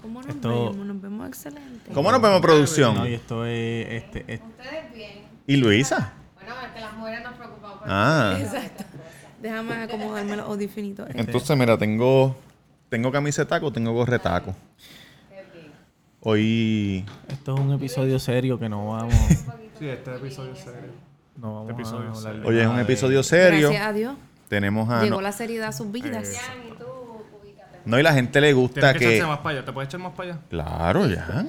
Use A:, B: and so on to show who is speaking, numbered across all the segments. A: ¿Cómo nos
B: Esto-
A: vemos? Nos vemos excelente.
C: ¿Cómo nos vemos producción?
B: No, y esto es. Este, es-
D: Ustedes bien.
C: ¿Y Luisa?
D: Bueno, es que las mujeres nos preocupamos por
C: Ah.
A: Exacto. Déjame Este, acomodarme los audifinitos.
C: Entonces, mira, tengo, tengo camisetaco, tengo gorretaco. Hoy
B: esto es un episodio serio que no vamos.
E: Sí, este episodio es serio.
B: No vamos
E: Este episodio
B: a hablar de
C: Hoy es un
B: nada de-
C: episodio serio.
A: Gracias a Dios.
C: Tenemos a.
A: Llegó
C: No,
A: la seriedad a sus vidas.
E: Eh,
D: y tú ubícate.
C: no, y la gente le gusta
E: Tienes
C: que.
E: que echarse más para allá. ¿Te puedes echar más para allá?
C: Claro, ya.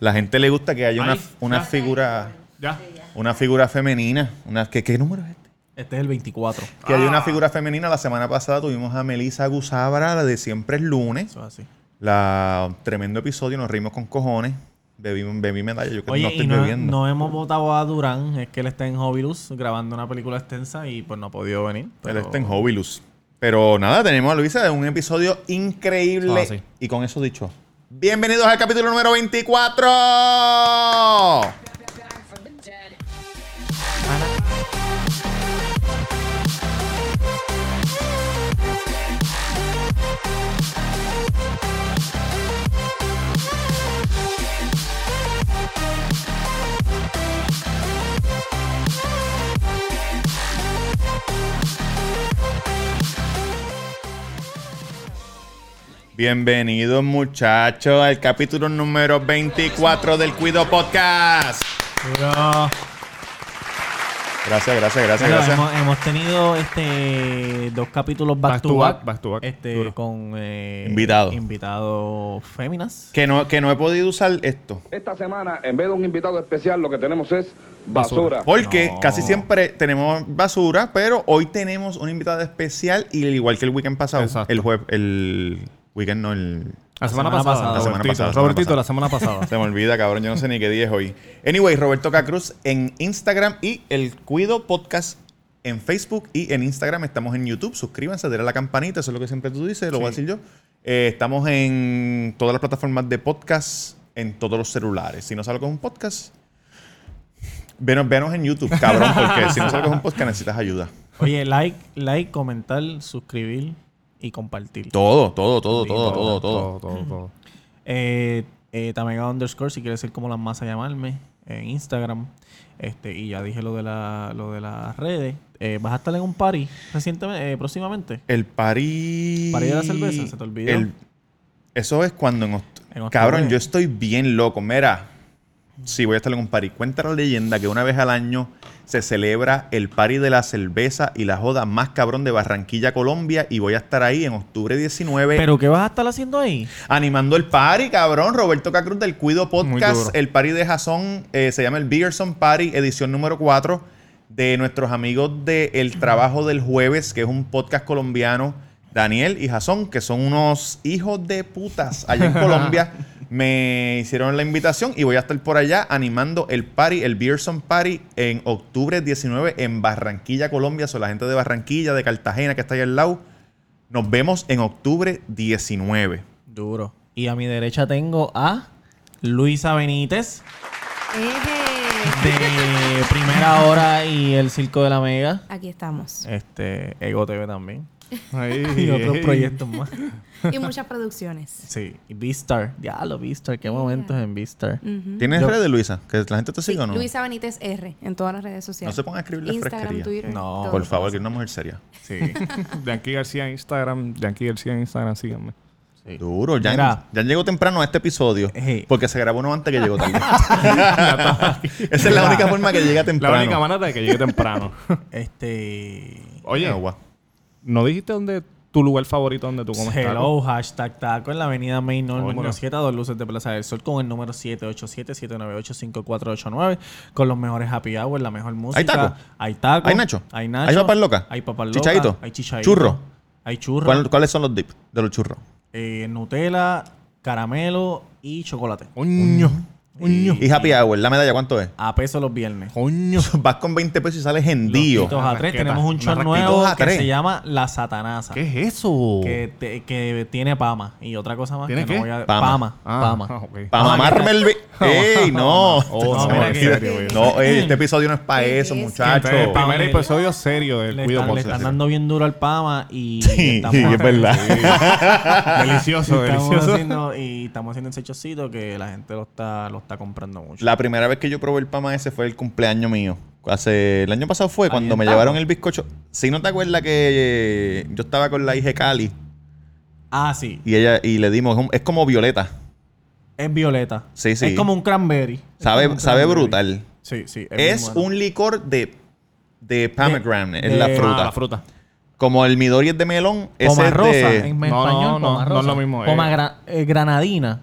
C: La gente le gusta que haya una,
E: Ahí,
C: una
E: ya.
C: figura.
E: Ya.
C: Una figura femenina. Una, ¿qué, qué número es este?
B: Este es el 24.
C: Que haya una figura femenina. La semana pasada tuvimos a Melissa Gusabra, la de siempre es lunes.
B: Eso es así.
C: La tremendo episodio, nos rimos con cojones. Bebí, bebí medalla, yo que
B: Oye,
C: no
B: y
C: estoy
B: no,
C: bebiendo.
B: no hemos votado a Durán. Es que él está en Hobilus grabando una película extensa y pues no ha podido venir.
C: Él
B: pero-
C: está en Hobilus. Pero nada, tenemos a Luisa de un episodio increíble.
B: Ah, sí.
C: Y con eso dicho, bienvenidos al capítulo número 24. Bienvenidos muchachos al capítulo número 24 del Cuido Podcast.
B: Pero-
C: Gracias, gracias, gracias,
B: Bueno,
C: gracias.
B: hemos, hemos tenido este dos capítulos back, to back,
E: back to back.
B: este
E: Duro.
B: con eh,
C: Invitado.
B: invitados féminas.
C: Que no, que no he podido usar esto.
F: Esta semana, en vez de un invitado especial, lo que tenemos es basura.
C: Porque
B: No.
C: casi siempre tenemos basura, pero hoy tenemos una invitada especial y al igual que el weekend pasado,
E: Exacto.
C: el jueves, el weekend no, el...
E: La semana,
B: semana
E: pasada.
B: pasada.
C: La semana
E: Robertito,
C: pasada, la
E: Robertito,
C: semana
E: la semana pasada.
C: Se me olvida, cabrón, yo no sé ni qué día es hoy. Anyway, Roberto Cacruz en Instagram y el Cuido Podcast en Facebook y en Instagram. Estamos en YouTube. Suscríbanse, denle a la campanita, eso es lo que siempre tú dices, lo voy a decir yo. Eh, estamos en todas las plataformas de podcast, en todos los celulares. Si no sabes lo que es un podcast, venos, venos en YouTube, cabrón, porque si no sabes lo que es un podcast necesitas ayuda.
B: Oye, like, like, comentar, suscribir y compartir.
C: Todo, todo, todo,
B: Sí,
C: todo, todo, todo.
E: todo, todo.
B: Eh, eh, Tamega underscore, si quieres ser como las más a llamarme, en Instagram. Este, y ya dije lo de la, lo de las redes. Eh, ¿Vas a estar en un party recientemente, eh, próximamente?
C: El parí...
B: Party de la cerveza, ¿se te olvidó?
C: Eso es cuando en, oct-
B: En octubre.
C: Cabrón, yo estoy bien loco. Mira, sí, voy a estar en un party. Cuenta la leyenda que una vez al año se celebra el party de la cerveza y la joda más cabrón de Barranquilla, Colombia. Y voy a estar ahí en octubre 19
B: ¿Pero qué vas a estar haciendo ahí?
C: animando el party, cabrón. Roberto Cacruz del Cuido
E: Muy
C: Podcast.
E: duro.
C: El party de Jason eh, se llama el Biggerson Party, edición número 4, de nuestros amigos de El Trabajo del Jueves, que es un podcast colombiano. Daniel y Jason, que son unos hijos de putas allá en Colombia, me hicieron la invitación y voy a estar por allá animando el party, el Beerson Party, en octubre 19 en Barranquilla, Colombia. Son la gente de Barranquilla, de Cartagena, que está ahí al lado. Nos vemos en octubre 19.
B: Duro. Y a mi derecha tengo a Luisa Benítez
A: Eje.
B: de Primera Hora y El Circo de la Mega.
A: Aquí estamos.
C: Eh.
B: Este, Ego TV también.
E: Ahí.
B: Y otros proyectos más.
A: Y muchas producciones.
B: Sí. Y Vistar. Diablo, Vistar. Qué momentos en Vistar.
A: Ujú.
C: ¿Tienes
B: Yo-
C: redes, Luisa? ¿Que la gente te
A: Sí,
C: siga o no?
A: Luisa Benítez R en todas las redes
C: no
A: sociales.
C: se pongan a escribirle
A: Instagram,
C: fresquería.
A: Twitter.
B: No,
A: todo.
C: Por favor, que es una mujer seria.
E: Sí. Yankee García en Instagram. Yankee García en Instagram, síganme.
C: Duro, ya,
B: Mira.
C: ya llegó temprano a este episodio.
E: Eh,
B: Ey.
C: Porque se grabó uno antes que llegó tarde. Esa es la única forma que llega
E: La
C: temprano.
E: única manera de que llegue temprano.
B: Este.
E: Oye,
C: Agua.
E: ¿no dijiste dónde tu lugar favorito donde tú comes
B: Hello, hashtag taco en la avenida Main North,
E: Coño.
B: número 7, a dos luces de Plaza del Sol, con el número 787-798-5489, con los mejores happy hours, la mejor música.
C: taco?
B: Hay taco.
C: ¿Hay nacho?
B: Hay nacho.
C: ¿Hay papas locas?
B: Hay papas locas.
C: ¿Chichaíto?
B: Hay chichaíto.
C: ¿Churro?
B: Hay churro.
C: ¿Cuál- ¿Cuáles son los dips de los churros?
B: eh, Nutella, caramelo y chocolate.
E: Coño.
B: Coño.
C: Y Happy Hour, la medalla, ¿cuánto es?
B: A peso los viernes.
E: Coño.
C: Vas con 20 pesos y sales
B: Los
C: gendío.
B: Titos a tres.
E: Rasqueta.
B: Tenemos un show
E: Los
B: nuevo
C: Rasquitos a
B: que
C: tres.
B: se llama La Satanasa.
E: ¿Qué es eso?
B: Que, te- que tiene pama. Y otra cosa más
E: ¿Tiene
B: que
E: qué?
B: no voy a...
C: Pama.
B: Pama.
E: Ah,
B: pama.
E: ah, ok.
C: Para mamarme el... vi- ¡Ey, no!
E: Oh,
B: No,
E: no,
B: mira
E: en
B: que-
E: serio, güey.
C: No, ey, este episodio no es para
A: ¿Qué
C: eso,
A: es?
C: muchachos.
E: Este es el
B: Pama,
E: primer
B: le-
E: episodio serio del
B: Le
E: Cuido
B: están, le
E: Podcast.
B: están dando bien duro al pama y...
C: Sí,
B: estamos-
C: sí, es verdad.
E: Ah, Delicioso,
B: Estamos
E: delicioso.
B: haciendo, y estamos haciendo ese chocito que la gente lo está, lo está comprando mucho.
C: La primera vez que yo probé el pama ese fue el cumpleaños mío. Hace el año pasado fue cuando me
B: estamos.
C: llevaron el bizcocho. Si no te acuerdas que eh, yo estaba con la hija de Cali
B: Ah, sí.
C: y ella y le dimos es un- es como violeta.
B: Es violeta.
C: Sí, sí.
B: Es como un cranberry. Es
C: Sabe-
B: como un
C: sabe
B: cranberry.
C: brutal.
B: Sí, sí. bien
C: Es
B: bueno.
C: un licor de de pomegranate,
B: de-
C: es la
B: de-
C: fruta.
E: Ah, la fruta.
C: Como el midori es de melón, ese
B: Poma
C: es
B: rosa.
C: de
B: En
E: No,
B: español, poma
E: no, no, no es
B: rosa.
E: lo mismo,
B: Poma
E: eh.
B: gra- eh, granadina.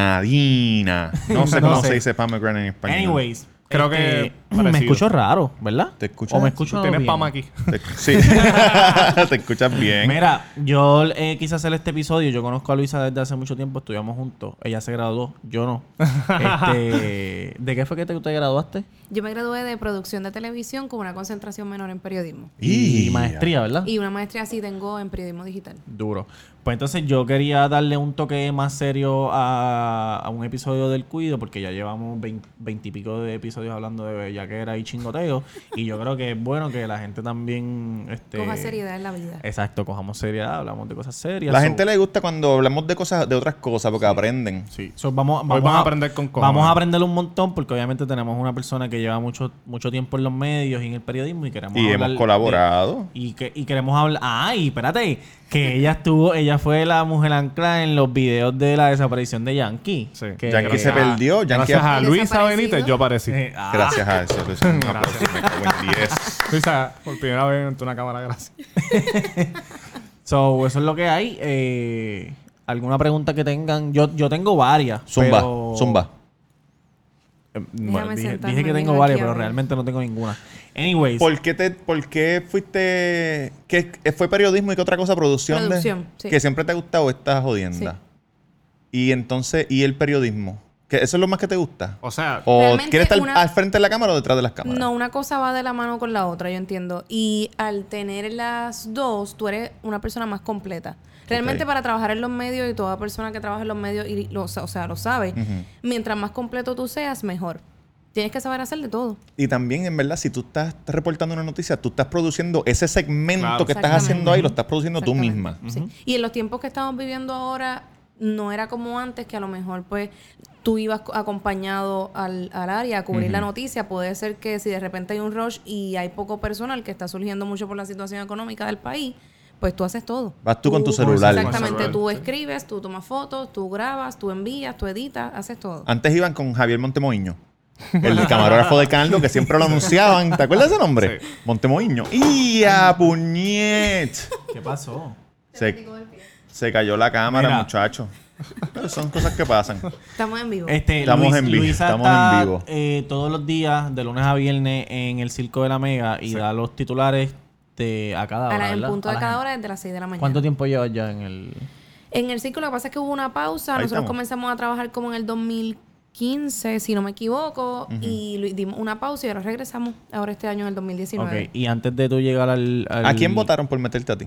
C: granadina. No sé
B: No
C: cómo
B: sé.
C: se dice pomegranate en español.
B: Anyways. este,
E: Creo que
B: Me
E: parecido.
B: escucho raro, ¿verdad?
C: Te escuchas-
B: O me escucho
E: Tienes
B: bien.
E: pama aquí.
C: Te- Sí. te escuchas bien.
B: Mira, yo eh, quise hacer este episodio. Yo conozco a Luisa desde hace mucho tiempo. Estudiamos juntos. Ella se graduó. Yo no. Este, ¿De qué fue que te, tú te graduaste?
A: Yo me gradué de producción de televisión con una concentración menor en periodismo.
B: Y,
C: Ya.
B: maestría, ¿verdad?
A: Y una maestría sí tengo en periodismo digital.
B: Duro. Pues entonces yo quería darle un toque más serio a, a un episodio del Cuido, porque ya llevamos vein- veintipico de episodios hablando de bellaquera y chingoteo. y yo creo que es bueno que la gente también. Este,
A: Coja seriedad en la vida.
B: Exacto, cojamos seriedad, hablamos de cosas serias.
C: La
B: So-
C: gente le gusta cuando hablamos de cosas, de otras cosas, porque aprenden.
B: Sí. So, vamos, vamos
E: van a aprender con cojones.
B: Vamos a aprender un montón porque obviamente tenemos una persona que lleva mucho, mucho tiempo en los medios y en el periodismo y queremos
C: Y
B: hablar
C: hemos
B: de-
C: colaborado.
B: y, que, y queremos hablar... ¡Ay, espérate! Que ella estuvo... Ella fue la mujer ancla en los videos de la desaparición de Yankee.
E: Sí.
B: Que-
C: Yankee se
B: ah,
C: perdió. Yankee
E: Gracias a
A: ¿El
E: Luisa
A: desaparecido?
E: Benítez yo aparecí.
B: eh, ah,
C: Gracias a eso. pues, Luis. Un aplauso, me cago en 10.
E: Luisa, por primera vez ante una cámara, gracias.
B: So, eso es lo que hay. Eh, ¿Alguna pregunta que tengan? Yo, yo tengo varias.
C: Zumba,
B: pero-
C: zumba.
B: Eh, bueno, dije,
A: sentarme
B: dije que
A: bien
B: tengo
A: aquí
B: varias,
A: a
B: pero
A: ver.
B: realmente no tengo ninguna. Anyways.
C: ¿Por qué, te, ¿Por qué fuiste...? ¿Qué eh, fue periodismo y qué otra cosa? Producción. de-
A: Producción, sí.
C: Que siempre te ha gustado esta jodienda.
A: Sí.
C: Y entonces, ¿y el periodismo? ¿Que ¿Eso es lo más que te gusta?
E: O sea,
C: ¿O
A: Realmente
C: quieres estar
A: una-
C: al frente de la cámara o detrás de las cámaras?
A: No, una cosa va de la mano con la otra, yo entiendo. Y al tener las dos, tú eres una persona más completa. Realmente
C: Ok.
A: para trabajar en los medios y toda persona que trabaja en los medios y lo, o sea, lo sabe, mientras más completo tú seas, mejor. Tienes que saber hacer de todo.
C: Y también, en verdad, si tú estás reportando una noticia, tú estás produciendo ese segmento
E: Claro.
C: que estás haciendo ahí, lo estás produciendo tú
A: Exactamente.
C: misma.
A: Sí. Y en los tiempos que estamos viviendo ahora, no era como antes, que a lo mejor pues tú ibas co- acompañado al, al área a cubrir la noticia. Puede ser que si de repente hay un rush y hay poco personal que está surgiendo mucho por la situación económica del país, pues tú haces todo.
C: Vas tú con tu celular.
A: Exactamente,
E: Con el
A: tú escribes, tú tomas fotos, tú grabas, tú envías, tú editas, haces todo.
C: Antes iban con Javier Montemoiño, el camarógrafo de Canal que siempre lo anunciaban. ¿Te acuerdas de ese nombre?
E: Sí.
C: Montemoiño. ¡Ya, puñet!
B: ¿Qué pasó?
C: Se,
D: Digo, el pie.
C: se cayó la cámara,
B: Mira.
C: muchacho. Pero son cosas que pasan.
A: Estamos en vivo.
B: Este,
C: Estamos en vivo,
B: Luisa
C: estamos
B: está,
C: en vivo.
B: eh, todos los días, de lunes a viernes, en el Circo de la Mega y da los titulares de, a cada hora.
A: a la- en
B: ¿verdad?
A: punto
B: A
A: de
B: la
A: cada
B: gente.
A: hora desde las 6 de la mañana.
B: ¿Cuánto tiempo llevas ya en el...?
A: En el círculo lo que pasa es que hubo una pausa.
C: Ahí
A: Nosotros
C: estamos.
A: comenzamos a trabajar como en el 2015, si no me equivoco, y lo- dimos una pausa y ahora regresamos, ahora este año en el 2019.
B: Ok, y antes de tú llegar al... al-
C: ¿A quién votaron por meterte a ti?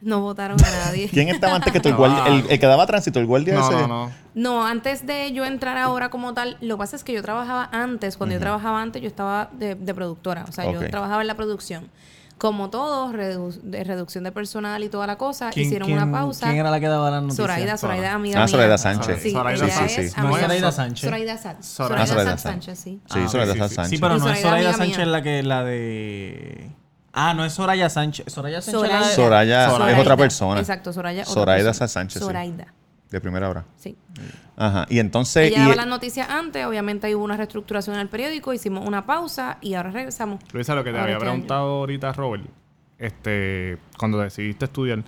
A: No votaron a nadie.
C: ¿Quién estaba antes que tú? El, guardia- el, el que daba tránsito, el guardia
E: no,
C: ese.
E: no, no.
A: No, antes de yo entrar ahora como tal, lo que pasa es que yo trabajaba antes, cuando yo trabajaba antes, yo estaba de, de productora, o sea,
C: Ok.
A: yo trabajaba en la producción. Como todos, redu- de reducción de personal y toda la cosa,
B: ¿Quién-
A: hicieron
B: quién-
A: una pausa.
B: ¿Quién era la que daba las noticias?
A: Zoraida, Zoraida, amiga
C: Ah,
A: mía.
C: Zoraida Sánchez.
A: Sí,
E: Zoraida
A: ella
C: Sánchez.
A: es
C: Sí,
B: sí. No
A: amiga-
B: es Zoraida Sánchez.
A: Zoraida Sa-
E: Zoraida
A: Zoraida
C: Sánchez.
A: Sánchez, sí.
C: Sí,
B: Ah,
C: sobre
E: sí,
C: la
E: sí, sí.
C: Sánchez.
B: Sí, pero
A: Y
B: no es
A: Soraya
B: Soraya
A: amiga
B: Sánchez
A: mía.
B: la que la de... Ah, no es Soraya Sánchez. Soraya Sánchez
A: Soraya.
B: la de-
C: Soraya.
A: Zoraida.
C: es otra persona.
A: Exacto, Soraya. otra
C: Zoraida
A: persona.
C: Sánchez, sí.
A: Zoraida,
C: De primera hora.
A: sí.
C: Ajá. Y entonces.
A: Ella
C: y- e-
A: daba las noticias antes, obviamente hubo una reestructuración en el periódico, hicimos una pausa y ahora regresamos.
E: Luisa, lo que te
A: Ahora
E: había
A: este año.
E: preguntado ahorita, Robert, este, cuando decidiste estudiar,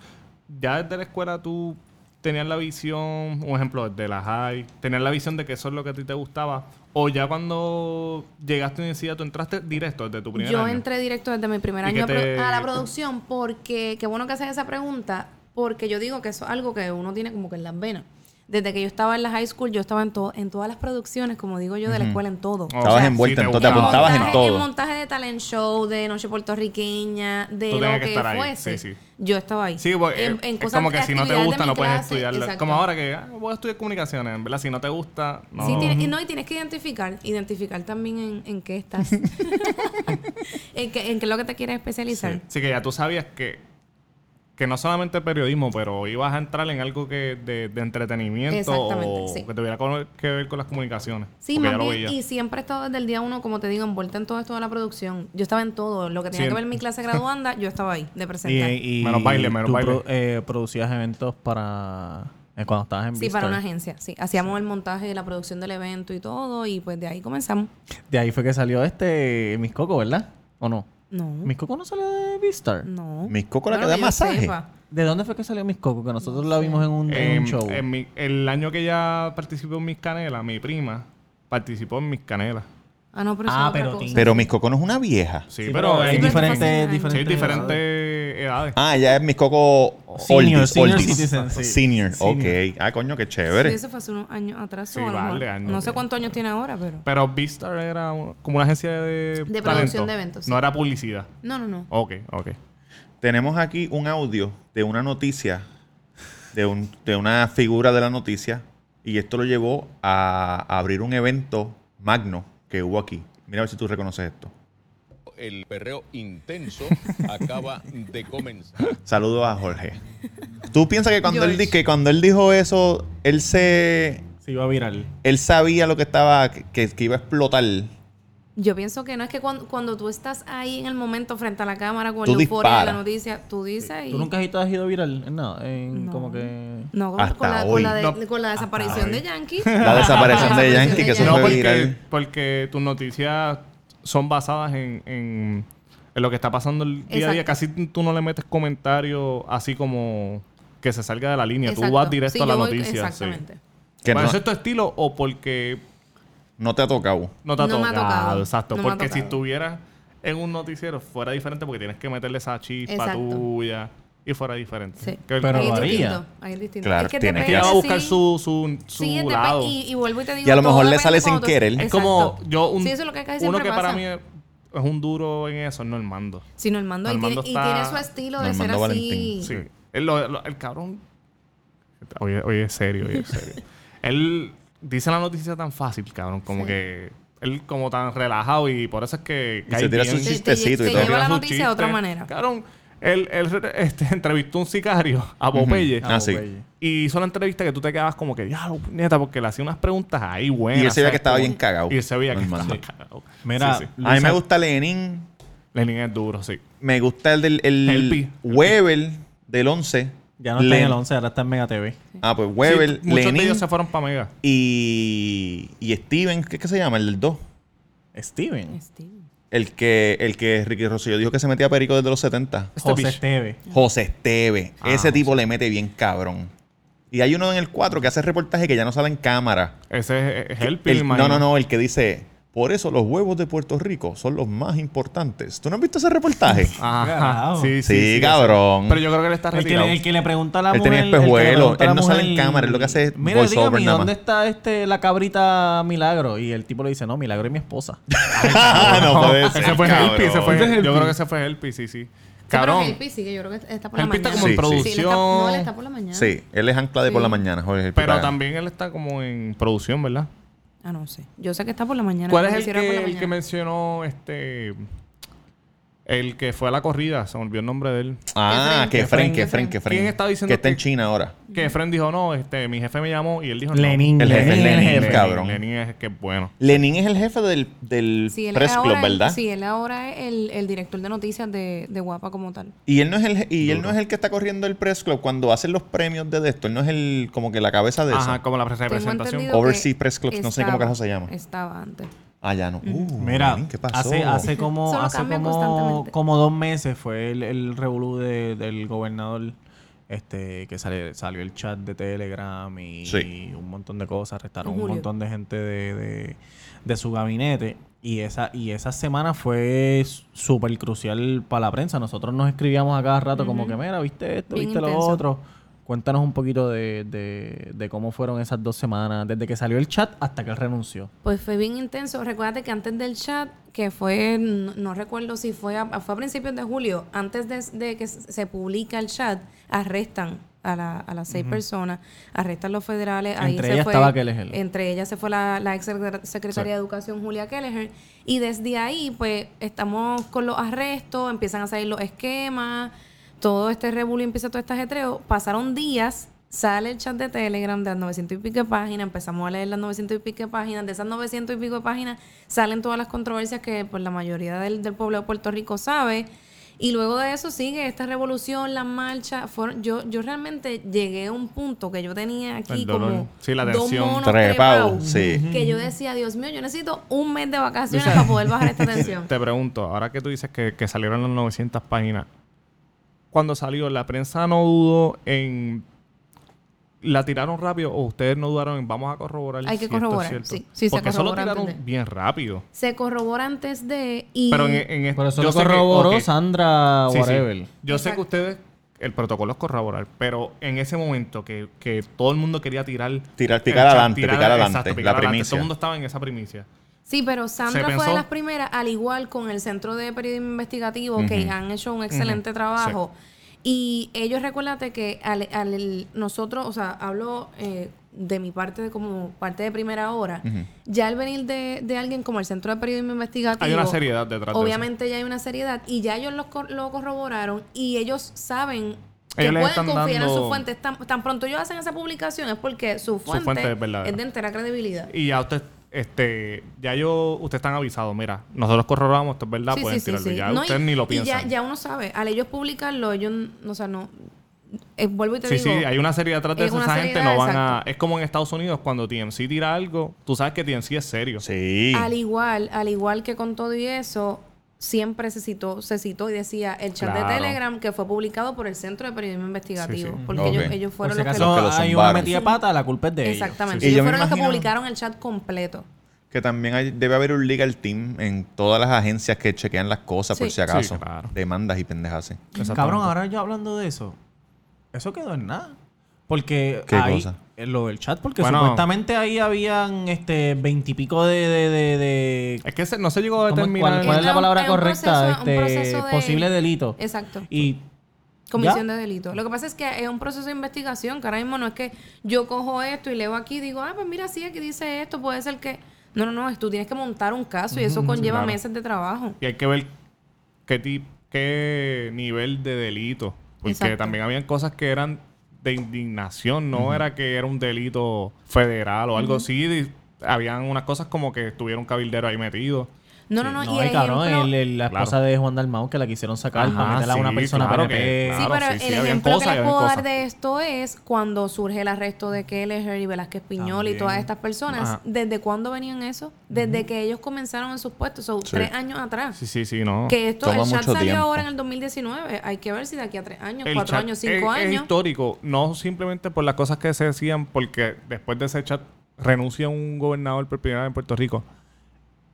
E: ya desde la escuela tú tenías la visión, un ejemplo, desde la high, tenías la visión de que eso es lo que a ti te gustaba, o ya cuando llegaste a la universidad tú entraste directo desde tu primer
A: Yo
E: año.
A: entré directo desde mi primer
E: ¿Y
A: año a,
E: qué
A: pro-
E: te-
A: a la producción porque, qué bueno que haces esa pregunta, porque yo digo que eso es algo que uno tiene como que en las venas. desde que yo estaba en la high school, yo estaba en, to- en todas las producciones, como digo yo, de la escuela, en todo.
E: Oh,
C: Estabas
E: sí,
C: envuelta,
E: te
C: entonces te
E: gustaba.
C: apuntabas en
A: montaje-
C: todo.
A: montaje de talent show, de noche puertorriqueña, de
E: Tú
A: lo
E: tenías
A: que,
E: que estar ahí,
A: fuese.
E: sí, sí.
A: Yo estaba ahí.
E: Sí, porque eh, es como que si no te
A: actividades de
E: gusta
A: mi
E: no puedes
A: clase,
E: estudiarlo.
A: exacto.
E: Como ahora que ah, voy a estudiar comunicaciones, en ¿verdad? Si no te gusta, no.
A: Sí, tienes- y no, y tienes que identificar, identificar también en, en qué estás, en, qué, en qué es lo que te quieres especializar.
E: Sí. Así que ya tú sabías que, que no solamente periodismo, pero ibas a entrar en algo que de, de entretenimiento
A: Exactamente,
E: o
A: sí.
E: que tuviera con- que ver con las comunicaciones.
A: Sí,
E: porque ya
A: más
E: lo
A: bien,
E: veía.
A: y siempre he estado desde el día uno, como te digo, envuelta en todo esto de la producción. Yo estaba en todo, lo que tenía
E: Sí.
A: que ver mi clase graduanda, yo estaba ahí, de
B: Y,
C: eh,
A: presentar.
B: y
E: Menos baile, menos
B: tú
E: baile.
B: pro- eh, producías eventos para... eh, cuando estabas en
A: sí, para
B: Vistar.
A: una agencia, sí. Hacíamos el montaje, la producción del evento y todo, y pues de ahí comenzamos.
B: De ahí fue que salió este Mis Coco, ¿verdad? ¿O no?
A: No,
B: Mis Coco no salió de Vistar.
A: no.
C: Mis Coco la que
A: Bueno,
C: da
A: yo
C: masaje.
A: sepa.
B: ¿De dónde fue que salió Mis Coco? Que nosotros la vimos en un, en un
E: En-
B: show.
E: Em, en mi- el año que ya participó en Mis Canelas, mi prima participó en Mis Canelas.
A: Ah, no, pero, eso
B: Ah,
A: es otra
B: pero
A: cosa.
B: tin-
C: Pero Mis Coco no es una vieja.
E: Sí, pero,
B: es
E: en
A: diferente.
B: diferentes...
A: Sí,
E: sí,
B: diferentes
E: diferentes edades.
C: Ah, ya es Mis Coco
B: Senior,
C: oldies,
B: senior
C: oldies.
B: citizen, sí.
C: Senior,
B: Senior.
C: ok. Ah, coño, qué
A: Sí,
C: chévere.
A: eso fue hace unos años atrás.
E: Sí,
A: o a lo
E: vale,
A: mejor.
E: años,
A: no sé
E: ok.
A: cuántos años tiene ahora, pero...
E: Pero Vistar era un- como una agencia de,
A: De producción de eventos, sí.
E: No era publicidad.
A: No, no, no.
E: Ok, ok.
C: Tenemos aquí un audio de una noticia, de, un- de una figura de la noticia, y esto lo llevó a, abrir un evento magno que hubo aquí. Mira a ver si tú reconoces esto.
G: el perreo intenso acaba de comenzar.
C: Saludos a Jorge. ¿Tú piensas que cuando, él, di-
A: George.
C: que cuando él dijo eso, él se
B: Se iba a viral.
C: él sabía lo que estaba, que, que iba a explotar?
A: Yo pienso que no es que cuando, cuando tú estás ahí en el momento frente a la cámara con
C: Tú
A: la euforia de la
C: disparas.
A: noticia, tú dices y...
B: ¿Tú nunca has ido viral? En nada, en
A: No.
B: como que...
A: No, con,
C: Hasta
A: con la,
C: hoy.
A: con la, de-
E: No,
A: con la desaparición de Yankee.
C: La desaparición de
A: desaparición
C: Yankee, que eso
E: No, pues,
C: fue
E: porque,
C: viral.
E: porque tus noticias son basadas en, en, en lo que está pasando el día a día.
A: Exacto.
E: Casi tú no le metes comentarios así como que se salga de la línea. Tú vas
A: Exacto.
E: directo
A: Sí,
E: a la
A: yo voy-
E: noticia. sí.
A: Exactamente.
C: Que
E: ¿Pero
C: no,
E: eso es tu estilo o porque
C: no te ha tocado.
E: no te ha
A: No me ha
E: tocado?
A: tocado.
E: Exacto.
A: No me ha
E: porque si
A: tocado.
E: estuvieras en un noticiero fuera diferente porque tienes que meterle esa chispa
A: Exacto.
E: tuya y fuera diferente.
A: Sí.
E: Que-
B: Pero
A: ahí es
B: varía.
A: distinto. Ahí es distinto.
C: Claro,
A: es que
C: tiene que-
A: depende,
E: ella va a buscar
A: sí.
E: su, su, su
A: Sí, depende-
E: lado.
A: Y, y vuelvo y te digo.
C: Y a lo
A: todo
C: mejor le
A: depende
C: sale
A: cuando
C: sin
A: tú-
C: querer.
E: Es
A: Exacto.
E: como yo un,
A: Sí, eso es lo que casi
E: uno
A: siempre
E: que
A: pasa.
E: para mí es, es un duro en eso, es Normando.
A: Sí, Normando, ahí
E: Normando
A: tiene, y
E: está-
A: tiene su estilo de ser
C: Normando Valentín.
A: así.
E: Sí. Él lo- lo- el cabrón. Oye, oye, es serio, oye, es serio. él dice la noticia tan fácil, cabrón. Como que. Él, como tan relajado y por eso es que.
C: Y
E: cae
C: se tira
E: bien.
C: su
A: Te- te-
C: chistecito y
A: te
C: todo.
A: lleva la
E: Tira sus
A: noticia de otra
E: chistes.
A: manera.
E: Cabrón. Él, él, este, entrevistó a un sicario, a Popeye.
C: Ah, sí.
B: Popeye.
E: Y hizo la entrevista que tú te quedabas como que, ya, neta, porque le hacía unas preguntas ahí, buenas.
C: Y él se veía
E: ¿sabes?
C: que estaba
E: Como-
C: bien cagado.
E: Y él se veía que
C: Normando.
E: estaba cagado.
B: Mira,
E: Sí, sí.
C: A mí
B: Luisa-
C: me gusta Lenin,
E: Lenin es duro, sí.
C: me gusta el del el
E: El pi.
C: Weber del 11.
B: Ya no está en
C: Len-
B: el 11, ahora está en Mega TV.
C: Ah, pues Weber,
E: Sí, muchos de
C: Lenin
E: ellos se fueron para Mega.
C: y, y Steven, ¿qué, qué se llama? El del 2.
B: Steven.
A: Estilo.
C: El que, el que Ricky Rosselló dijo que se metía perico desde los 70.
B: José
E: bitch.
B: Esteve.
C: José Esteve.
E: Ah,
C: Ese tipo le mete bien cabrón. Y hay uno en el 4 que hace reportaje que ya no sale en cámara.
E: Ese es, es Helping,
C: El- no,
E: imagino.
C: no, no, el que dice, por eso los huevos de Puerto Rico son los más importantes. ¿Tú no has visto ese reportaje?
E: Ajá.
B: Carajo.
E: Ah, Sí, sí,
C: Sí,
E: sí,
C: cabrón.
E: ese. Pero yo creo que él está
B: El que, le,
E: retirado.
B: el que le pregunta a la
C: Él
B: mujer... el
C: tenía
B: que le
C: espejuelo,
B: pregunta a
C: él
B: la
C: no sale en
B: mujer,
C: cámara, él lo que hace es
B: Mira,
C: voiceover
B: dígame,
C: nada más".
B: ¿dónde está este, la cabrita Milagro? Y el tipo le dice, no, Milagro es mi esposa.
C: Ah, no puede ser,
E: Ese fue
C: cabrón.
E: Helpy, ese fue
B: Ese es Helpy.
E: Yo creo que ese fue Helpy, sí, sí.
A: Cabrón.
E: Cabrón.
A: sí, que yo creo que está por la
E: Helpi
A: mañana.
E: está
C: como en
A: Sí, sí, él está- no, él
E: producción.
A: está por la mañana.
C: Sí, él es ancla de por
A: Sí.
C: la mañana, Jorge.
E: Pero
C: Pipaga.
E: también él está como en producción, ¿verdad?
A: Ah, no sé. Yo sé que está por la mañana.
E: ¿Cuál es
A: porque
E: el
A: si era por
E: que,
A: la
E: el que
A: mañana.
E: mencionó este. El que fue a la corrida, se me olvidó el nombre de él.
C: Ah, que
A: Que Fren,
C: Fren, que
A: que
C: Fren, que
E: Fren.
C: Fren.
E: ¿Quién estaba diciendo
C: que está en
E: que-
C: China ahora?
E: Que Fren dijo, no, este, mi jefe me llamó y él dijo, no.
B: Lenin.
C: El jefe,
B: Lenin,
C: Lenin,
B: el jefe.
C: cabrón.
E: Lenin es el que es bueno.
C: Lenin es el jefe del, del
A: Sí, él
C: Press
A: ahora
C: Club,
A: es-
C: ¿verdad?
A: Sí, él ahora es el, el director de noticias de, de Guapa como tal.
C: Y él no es el je- y él no es el que está corriendo el Press Club cuando hacen los premios de esto, él no es el como que la cabeza de
E: Ajá,
C: eso.
E: como la
A: Tengo
E: representación.
A: entendido que
C: Overseas Press Club, no sé cómo carajo se llama.
A: Estaba antes.
C: Ah, ya no.
A: Mm.
C: Uh,
B: Mira,
C: Lenin, ¿qué pasó?
B: hace, hace como,
A: Eso lo
B: hace
A: cambian
B: como,
A: constantemente.
B: como dos meses fue el, el revolú de- del gobernador este que sale- salió el chat de Telegram y,
C: Sí.
B: y un montón de cosas, arrestaron
A: En
B: un
A: julio.
B: montón de gente de, de- de su gabinete. Y esa, y esa semana fue s- súper crucial para la prensa. Nosotros nos escribíamos a cada rato como que, mira, viste esto,
A: Bien
B: viste lo
A: intenso.
B: otro. Cuéntanos un poquito de, de- de cómo fueron esas dos semanas, desde que salió el chat hasta que él renunció.
A: Pues fue bien intenso. Recuérdate que antes del chat, que fue, no, no recuerdo si fue a, fue a principios de julio, antes de, de que se publica el chat, arrestan a, la- a las seis personas, arrestan los federales.
B: Entre
A: se
B: ellas
A: fue-
B: estaba Kelleher.
A: Entre ellas se fue la, la ex secre- secretaria de Educación, Julia Kelleher. Y desde ahí, pues, estamos con los arrestos, empiezan a salir los esquemas, todo este revuelo empieza todo este ajetreo. Pasaron días, sale el chat de Telegram de las 900 y pico de páginas, empezamos a leer las 900 y pico de páginas. De esas 900 y pico de páginas salen todas las controversias que pues, la mayoría del, del pueblo de Puerto Rico sabe. Y luego de eso sigue esta revolución, las marchas. Fueron, yo, yo realmente llegué a un punto que yo tenía aquí
E: El dolor.
A: como
E: Sí, la
A: dos
E: tensión.
A: monos
C: Trepado,
A: trepados
C: sí.
A: que yo decía, Dios mío, yo necesito un mes de vacaciones para poder bajar esta tensión.
E: Te pregunto, ahora que tú dices que, que salieron las 900 páginas, cuando salió la prensa no dudó en... ¿La tiraron rápido o ustedes no dudaron en vamos a corroborar?
A: Hay que
E: esto es
A: corroborar,
E: cierto"?
A: sí. Sí, se
E: Porque eso lo
A: corrobora
E: tiraron
A: antes de-
E: bien rápido.
A: Se corrobora antes de... Y
E: Pero en, e en
B: Por eso
E: yo
B: lo
E: sé que-
B: corroboró
E: ok.
B: Sandra
E: Sí, sí.
B: whatever.
E: Yo sé que
A: Exacto.
E: ustedes, el protocolo es corroborar, pero en ese momento que, que todo el mundo quería tirar...
C: Tirar-
E: el
C: picar
E: chat,
C: adelante, picar adelante, la primicia.
E: Todo el mundo estaba en esa primicia.
A: Sí, pero
E: Se
A: Sandra fue
E: pensó-
A: de las primeras, al igual con el Centro de Periodismo Investigativo, que han hecho un excelente trabajo. Y ellos, recuérdate que al, al- nosotros, o sea, hablo eh, de mi parte, de como parte de primera hora, ya al venir de, de alguien como el Centro de Periodismo Investigativo...
E: Hay una seriedad detrás de
A: Obviamente ya hay una seriedad y ya ellos lo, cor- lo corroboraron y ellos saben... Que
E: Ellos les
A: pueden
E: están
A: confiar en
E: dando-
A: sus fuentes. Tan, tan pronto ellos hacen esa publicación es porque su fuente,
E: fuente es
A: es,
E: verdadera.
A: de entera credibilidad.
E: Y ya usted, este, ya yo, ustedes están avisados, mira, nosotros corroboramos, esto es verdad,
A: Sí,
E: pueden
A: sí, sí,
E: tirarlo.
A: sí.
E: Ya
A: No, y-
E: ustedes ni lo
A: y
E: piensan.
A: ya, ya uno sabe, al ellos publicarlo, ellos, n- no, o sea, no. eh, vuelvo y te
E: sí,
A: digo.
E: sí, hay una serie detrás de
A: es
E: eso.
A: una
E: Esa
A: seriedad,
E: gente no van a. Es como en Estados Unidos, cuando TMC tira algo, tú sabes que TMC es serio.
C: Sí.
A: Al igual, al igual que con todo y eso, siempre se citó, se citó y decía el chat
E: Claro.
A: de Telegram que fue publicado por el Centro de Periodismo Investigativo.
E: Sí, sí.
A: Porque
C: Ok.
A: ellos, ellos
B: Por
A: fueron
B: si
A: los que
B: acaso
A: lo-
C: los que lo
B: hay una
C: zumbaron.
B: metida de pata, la culpa es de ellos.
A: Exactamente.
C: Sí, sí. Y yo
A: Ellos
C: me
A: fueron los que
C: imagino-
A: publicaron el chat completo.
C: Que también hay- debe haber un legal team en todas las agencias que chequean las cosas por
A: Sí.
C: si acaso.
E: Sí, claro.
C: Demandas y pendejas. así.
E: Exactamente.
B: Cabrón, ahora yo hablando de eso, eso quedó en nada. Porque
C: ¿Qué
B: ahí,
C: cosa?
B: eh, lo del chat, porque
E: Bueno.
B: supuestamente ahí habían este veintipico de, de, de, de-
E: Es que se- no se llegó a
B: ¿cómo-
E: determinar.
B: ¿Cuál, cuál es
A: Es
B: la
A: un-
B: palabra
A: es un
B: correcta?
A: proceso- un
B: este,
A: proceso de-
B: Posible delito.
A: Exacto.
B: Oh. Y
A: Comisión
B: ¿Ya?
A: de delito. Lo que pasa es que es un proceso de investigación, que ahora mismo no es que yo cojo esto y leo aquí y digo, ah, pues mira, sí, aquí dice esto, puede ser que... No, no, no, es- tú tienes que montar un caso y eso conlleva
E: claro.
A: meses de trabajo.
E: Y hay que ver qué, ti- qué nivel de delito. Porque
A: Exacto.
E: también habían cosas que eran de indignación, no era que era un delito federal o algo así. di- Habían unas cosas como que estuviera un cabildero ahí metido.
A: No, no, no,
B: no,
A: y
B: ay,
A: el
B: cabrón,
A: ejemplo...
B: el- el- la
E: Claro.
B: esposa de Juan Dalmau que la quisieron sacar
E: Ajá,
B: para meterla a una
E: sí,
B: persona
E: claro
B: PNP.
E: que-
A: Sí,
E: claro,
A: pero
E: sí, sí,
A: el
E: habían
A: ejemplo
E: cosas,
A: que les
E: habían
A: puedo
E: cosas.
A: dar de esto es cuando surge el arresto de Kelleher y Velázquez Piñol y todas estas personas.
E: Ajá.
A: ¿Desde cuándo venían eso? Desde que ellos comenzaron en sus puestos, son tres años atrás.
E: Sí, sí, sí, no.
A: Que esto,
C: Toma
A: el chat
C: mucho
A: salió
C: tiempo.
A: ahora en el 2019. Hay que ver si de aquí a tres años,
E: El
A: cuatro
E: chat
A: años,
E: es-
A: cinco
E: es,
A: años.
E: histórico, no simplemente por las cosas que se decían, porque después de ese chat renuncia un gobernador por primera vez en Puerto Rico.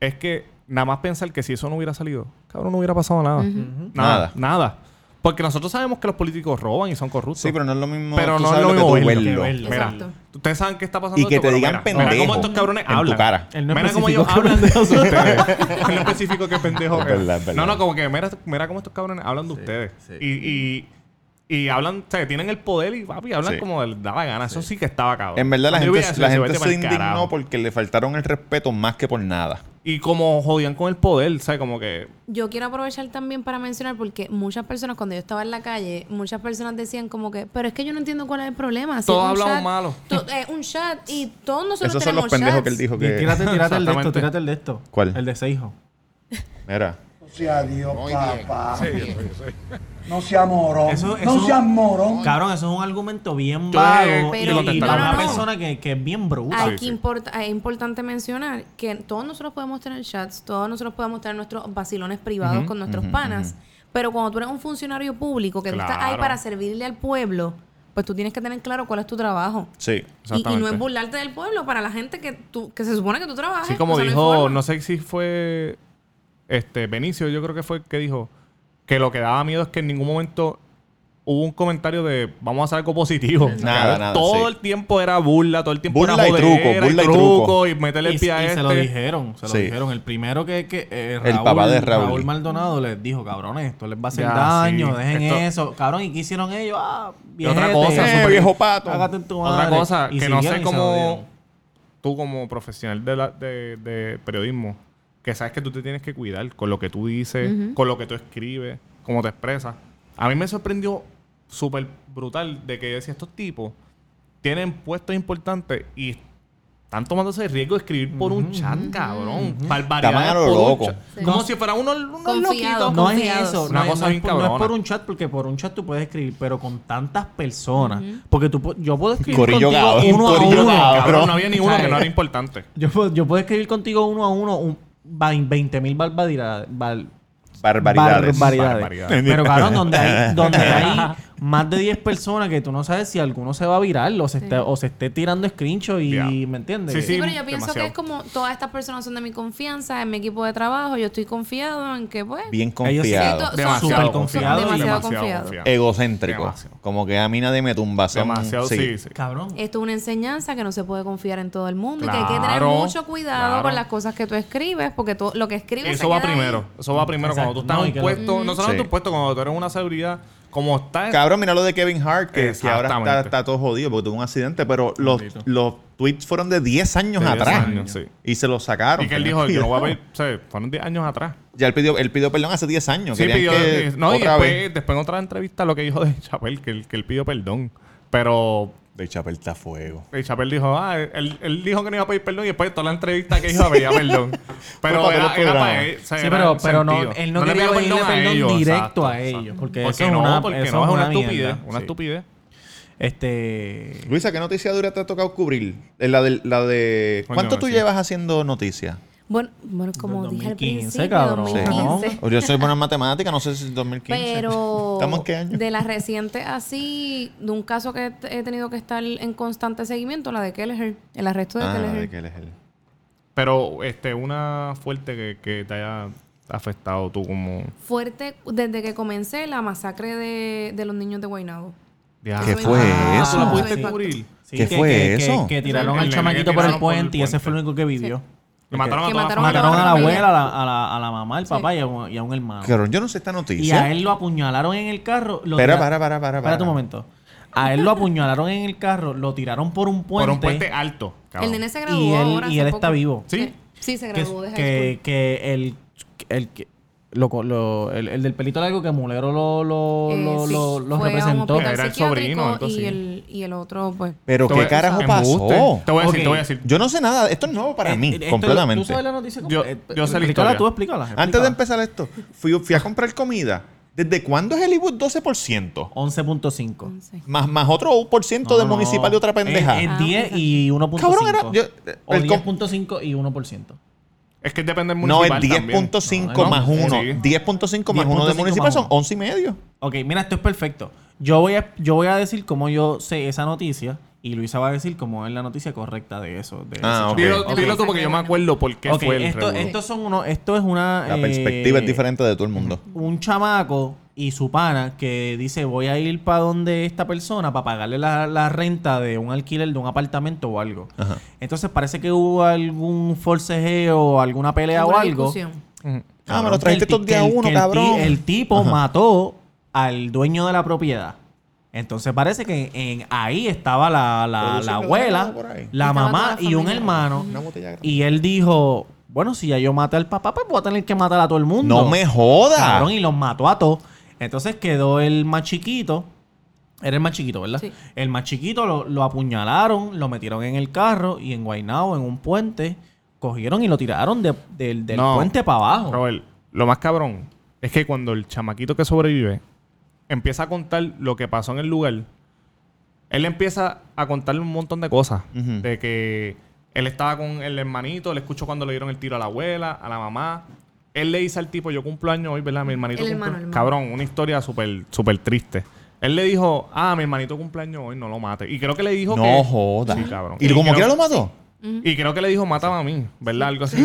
E: Es que nada más pensar que si eso no hubiera salido, cabrón, no hubiera pasado nada. Nada.
C: Nada.
E: Nada. Porque nosotros sabemos que los políticos roban y son corruptos.
C: Sí, pero no es lo mismo.
E: Pero
C: tú
E: no es
C: sabes
E: lo mismo
C: que tú
E: verlo.
C: verlo.
B: verlo.
E: Mira,
A: Exacto.
E: ustedes saben qué está pasando.
C: Y que
E: esto,
C: te
E: pero
C: digan
E: mira, mira
C: pendejo
E: cómo estos cabrones
C: en tu
E: hablan.
C: cara.
B: Él no
E: mira cómo
B: especificó
E: ellos
B: que
E: hablan de
B: hablan de
E: ustedes. Él no especificó qué pendejo
C: Es
E: era.
C: verdad, es verdad.
E: No, no, como que mira, mira cómo estos cabrones hablan de ustedes. Y, y, y hablan, o sea, tienen el poder y papi, hablan
C: Sí.
E: como les da la gana. Eso sí que estaba cabrón.
C: En verdad, la
E: Yo
C: gente,
E: hubiera sido,
C: la gente
E: vete
C: se
E: pa'l
C: indignó
E: carajo.
C: porque le faltaron el respeto más que por nada.
E: Y como jodían con el poder, ¿sabes? Como que.
A: Yo quiero aprovechar también para mencionar, porque muchas personas, cuando yo estaba en la calle, muchas personas decían como que, pero es que yo no entiendo cuál es el problema. Si
E: Todos
A: es un
E: hablamos
A: chat-
E: malo."
A: to- eh, un chat y todos nosotros
C: Esos son los
A: tenemos
C: pendejos
A: chats.
C: que él dijo
B: Y
C: que.
B: tírate, tírate el de esto,
E: Exactamente.
B: tírate el de esto.
C: ¿Cuál?
B: El de Seijo.
C: Mira.
H: Adiós, papá. No se
B: Eso-
H: morón.
B: eso-
H: No se morón.
B: Cabrón, eso es un argumento bien
E: Yo-
B: vago
E: Pero-
B: y-
A: Pero-
B: y
A: no,
B: para una
A: no, no.
B: persona que, que es bien bruta.
A: Hay
E: Sí,
A: que
E: sí.
A: importa- es importante mencionar que todos nosotros podemos tener chats, todos nosotros podemos tener nuestros vacilones privados con nuestros panas, pero cuando tú eres un funcionario público que tú estás ahí
E: Claro.
A: para servirle al pueblo, pues tú tienes que tener claro cuál es tu trabajo.
C: Sí.
A: Y, y no
E: Exactamente.
A: es burlarte del pueblo para la gente que tú que se supone que tú trabajas.
E: Sí, como
A: o sea, no hay
E: dijo, no,
A: forma.
E: sé si fue este Benicio, yo creo que fue el que dijo que lo que daba miedo es que en ningún momento hubo un comentario de vamos a hacer algo positivo.
C: Nada, nada,
E: Todo
C: sí.
E: el tiempo era burla, todo el tiempo
C: Burla
E: era
C: y
E: jodedera,
C: truco, burla y truco.
E: y meterle
B: Y,
E: el pie a
B: y
E: este.
B: se lo dijeron, se lo
C: Sí.
B: dijeron. El primero que, que eh, Raúl,
C: El papá de Raúl.
B: Maldonado les dijo, cabrones, esto les va a hacer
E: Ya,
B: daño,
E: sí.
B: dejen
E: Esto-
B: eso. Cabrón, ¿y qué hicieron ellos? Ah,
E: Y otra
B: viejete,
E: cosa,
B: eh,
E: súper-
C: viejo pato.
B: cágate en tu
E: Otra
B: madre.
E: cosa
B: Y
E: que
B: siguieron
E: no sé
B: y se lo
E: cómo
B: dieron.
E: tú como profesional de, la- de, de periodismo, que sabes que tú te tienes que cuidar con lo que tú dices, con lo que tú escribes, cómo te expresas. A mí me sorprendió súper brutal de que yo decía, estos tipos tienen puestos importantes y están tomándose el riesgo de escribir por un chat, cabrón. Barbaridades
C: Estaban a lo
E: por un
C: loco.
E: chat.
A: Sí.
E: Como si fuera uno, unos
A: Confiado,
E: loquitos.
B: No es
A: Confiados.
B: eso.
E: Una
B: no, es-
E: cosa
B: no
E: bien
B: es, por- no es
E: cabrona.
B: por un chat, porque por un chat tú puedes escribir, pero con tantas personas. Porque tú, pu- yo puedo escribir
C: Corillo
B: contigo
C: cabrón,
B: uno a
C: corillo
B: uno.
C: cabrón.
E: Cabrón, no había ni uno que no
B: ¿Sabes?
E: era importante.
B: Yo, puedo- yo puedo escribir contigo uno a uno un, 20 mil barbaridades. bar-
C: Barbaridades.
B: barbaridades.
E: Barbaridades.
B: Pero cabrón, donde hay, donde hay más de 10 personas que tú no sabes si alguno se va a virar o se, esté- o se esté tirando screenshot y
E: Ya.
B: me entiendes.
E: Sí,
A: Sí, pero yo pienso
E: demasiado.
A: que es como todas estas personas son de mi confianza, en mi equipo de trabajo, yo estoy confiado en que pues...
C: Bien
B: Ellos sí.
C: confiado. Eh,
A: Son
E: Demasiado
B: súper
E: confiado.
B: confiados y
A: demasiado
C: Egocéntrico.
E: Demasiado.
C: Como que a mí nadie me tumba. son-
E: Demasiado, sí, sí.
B: Cabrón.
A: Esto es una enseñanza que no se puede confiar en todo el mundo y que hay que tener
E: Claro,
A: mucho cuidado
E: claro.
A: con las cosas que tú escribes, porque todo lo que escribes se
E: Eso va
A: queda ahí.
E: primero. Eso va primero
B: Exacto.
E: cuando tú estás
B: No,
E: en
B: y que
E: un
B: lo-
E: puesto. No solamente
C: Sí.
E: un puesto, cuando tú eres una celebridad, como estás.
C: Cabrón, mira lo de Kevin Hart, que, que ahora está,
E: Exactamente.
C: está todo jodido porque tuvo un accidente, pero los, los tweets fueron de 10 años
E: De 10
C: atrás.
E: años, sí.
C: Y se los sacaron.
E: y que él
C: Tenían
E: dijo, yo no voy a
C: cuidado.
E: ver. O sea, fueron 10 años atrás.
C: Ya él pidió, él pidió perdón hace 10 años.
E: Sí,
C: Querían
E: pidió.
C: que
E: eh, no, y
C: otra vez.
E: después, después en otra entrevista lo que dijo de Chapel, que, él- que él pidió perdón. Pero
C: De Chapel está a fuego.
E: eh, Chapel dijo, ah, él, él dijo que no iba a pedir perdón y después de toda la entrevista que dijo pedía perdón. Pero
C: Fue para
E: era,
C: todos los
E: era para
C: programas.
E: él. o sea,
B: Sí,
E: era
B: pero,
E: el
B: pero no,
E: sentido.
B: él no,
E: le
B: quería
E: pidió
B: pedirle perdón
E: ellos,
B: directo
E: exacto,
B: a ellos.
E: exacto.
B: Porque,
E: Porque
B: eso
E: no,
B: es una,
E: porque
B: eso
E: no, es una
B: mierda.
E: estupidez. Una
B: Sí.
E: estupidez.
B: Este.
C: Luisa, ¿qué noticia dura te ha tocado cubrir? Eh, La de, la de...
E: Coño,
C: ¿Cuánto tú
E: sí.
C: llevas haciendo noticias?
A: Bueno, bueno como
B: Del
A: dije al
B: 2015,
A: principio,
B: cabrón.
C: Sí.
A: 2015.
C: O Oh. Yo soy buena en matemática, no sé si es 2015.
A: Pero
C: ¿Estamos en qué año?
A: de las recientes así, de un caso que he he tenido que estar en constante seguimiento, la de Kelleher, el arresto de
C: Ah,
A: Kelleher.
C: de que él es él.
E: Pero este, una fuerte que, que te haya afectado tú como...
A: Fuerte desde que comencé la masacre de, de los niños de Guaynabo.
C: ¿Qué fue
B: Ah,
C: eso?
B: ¿tú lo
A: pudiste
B: sí.
E: cubrir?
B: Sí,
C: ¿Qué
B: que-
C: fue
B: que-
C: eso?
B: Que, que tiraron
E: El
B: al
E: nene
B: chamaquito
E: que
B: por el
E: tiraron por el
B: puente y ese
E: puente.
B: fue el único que vivió.
E: Que mataron a
A: Que
E: toda
A: mataron
E: la
B: Mataron a
E: familia.
B: la
A: familia.
B: abuela, a la, a la- a la mamá, al papá y, a un, y a un hermano.
C: Cabrón, yo no sé esta
B: Ah. Y a
C: noticia.
B: él lo apuñalaron en el carro. Lo
C: Espera,
B: tira-
C: para, para, para, para.
B: Espérate un momento. A él lo apuñalaron en el carro, lo tiraron por un puente.
E: Por un puente alto. cabrón.
A: El nene se graduó
B: y él,
A: ahora
B: y
A: hace
B: él
A: poco. Eh,
B: está vivo.
E: ¿Sí?
A: Sí, se
B: Que,
A: graduó de high
B: que,
A: school.
B: que el, el, que- lo, lo- el, el del pelito largo que Mulero lo, lo,
A: Eh,
B: lo,
A: sí.
B: lo- lo
A: Fue a un
B: representó.
C: Eh,
A: hospital
E: Era el
A: psiquiátrico
E: sobrino, algo así.
A: y el, y el otro, pues.
C: Pero
E: Te voy
C: qué
E: a-
C: carajo
E: embuste.
C: pasó.
E: Te voy a decir,
B: Ok.
E: te voy a decir.
C: Yo no sé nada, esto es nuevo para
B: Eh,
C: mí,
B: esto-
C: completamente.
B: ¿Tú sabes la noticia?
E: Yo-
B: Eh,
E: yo sé la
B: explícala
E: historia.
B: tú, explícala.
C: Antes de
B: explícala.
C: empezar esto, fui, fui a comprar comida. ¿Desde cuándo es el IBU 12%?
B: 11.5.
C: Más, más otro por ciento del
B: No, no,
C: municipal y otra pendeja.
E: Ah,
B: Es, es 10 y 1.5.
C: Cabrón, era- yo- eh,
B: o
C: el com-
B: 10.5 y 1.5.
E: Es que depende del
C: no, es
E: municipal también.
C: 10.5
B: No,
C: más
B: no,
C: 1.
E: sí.
C: 10.5 más 1 de
B: 10.5
C: municipal
B: más
C: son
B: uno.
C: 11 y medio.
B: Ok, mira, esto es perfecto. Yo voy, a, yo voy a decir cómo yo sé esa noticia y Luisa va a decir cómo es la noticia correcta de eso. De
C: Ah,
B: ese
C: ok.
E: Dilo,
B: chamaco.
A: Ok.
E: dilo tú porque yo me acuerdo por qué
B: Ok,
E: fue el
B: esto,
E: revolú.
B: estos son uno, esto es una...
C: La
B: eh,
C: perspectiva es diferente de todo el mundo.
B: Un chamaco y su pana que dice voy a ir para donde esta persona para pagarle la, la renta de un alquiler de un apartamento o algo.
C: Ajá.
B: Entonces parece que hubo algún forcejeo o alguna pelea o
A: Alguna
B: algo.
A: discusión.
C: Ah, me
B: Cabrón,
C: lo trajiste
B: que el
C: todos
B: ti-
C: día
B: que el-
C: uno,
B: que el ti-
C: cabrón.
B: El tipo
C: Ajá.
B: mató al dueño de la propiedad. Entonces parece que en, ahí estaba la, la-
C: Pero yo
B: la
C: siempre
B: abuela,
C: lo por ahí.
B: la
A: Estaba
B: mamá
A: toda la
B: y un
A: familia.
B: hermano.
C: Una botella grande.
B: Y él dijo, bueno, si ya yo maté al papá, pues voy a tener que matar a todo el mundo.
C: No me jodas.
B: Cabrón, y los mató a todos. Entonces quedó el más chiquito. Era el más chiquito, ¿verdad?
A: Sí.
B: El más chiquito lo, lo apuñalaron, lo metieron en el carro y en Guaynabo, en un puente, cogieron y lo tiraron de- del- del
E: No.
B: puente para abajo.
E: Robert, lo más cabrón es que cuando el chamaquito que sobrevive empieza a contar lo que pasó en el lugar, él empieza a contarle un montón de cosas.
C: Ujú.
E: De que él estaba con el hermanito, le escuchó cuando le dieron el tiro a la abuela, a la mamá. Él le dice al tipo, yo cumplo años hoy, ¿verdad? Mi hermanito
A: El
E: cumple-".
A: hermano, el hermano.
E: Cabrón, una historia súper súper triste. Él le dijo, ah, mi hermanito cumpleaños hoy, no lo mate. Y creo que le dijo que...
C: No jodas.
E: Sí, cabrón.
C: ¿Y como
E: creo-
C: quiera lo mató?
E: Y creo que le dijo, mátame a mí, ¿verdad? Algo así.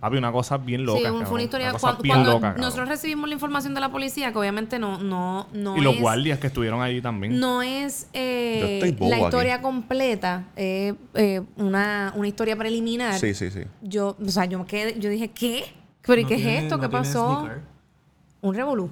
E: Había una cosa bien loca.
A: sí, un-
E: cabrón.
A: fue una historia.
E: cosa
A: cuan- Cuando,
E: bien loca, cabrón.
A: nosotros recibimos la información de la policía, que obviamente no, no, no
E: y los
A: es-
E: guardias que estuvieron allí también.
A: No es eh,
C: Yo estoy bobo
A: la historia
C: aquí.
A: completa, es eh, una, una historia preliminar.
C: Sí, sí, sí.
A: Yo, o sea, yo me quedé, yo dije, ¿qué? ¿Pero y
B: No
A: qué
B: tiene-
A: es esto?
B: no
A: ¿Qué
B: tiene
A: pasó?
B: sneaker.
A: Un revolú.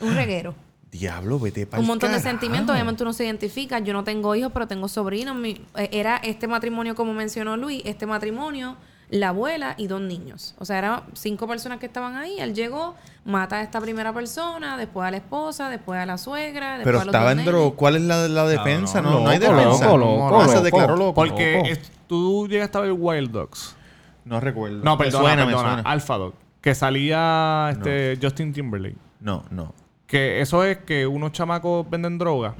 A: Un reguero.
C: Diablo, vete para
A: un montón de sentimientos. Obviamente uno se identifica. Yo no tengo hijos, pero tengo sobrinos. Mi- eh, era este matrimonio, como mencionó Luis, este matrimonio, la abuela y dos niños. O sea, eran cinco personas que estaban ahí. Él llegó, mata a esta primera persona, después a la esposa, después a la suegra. Después
C: Pero
A: a los
C: estaba
A: dos
C: en
A: nenes.
C: droga. ¿Cuál es la, la defensa? No,
E: Loco,
C: no hay defensa.
E: loco, loco,
C: Ah, se
E: loco.
C: declaró loco.
E: Porque
C: Loco.
E: es- tú llegaste a ver Wild Dogs.
C: No recuerdo.
E: No,
C: Me
E: perdona,
C: suena, me
E: perdona.
C: suena.
E: Alpha Dog. Que salía este Justin Timberlake.
C: No, no.
E: Que eso es que unos chamacos venden droga.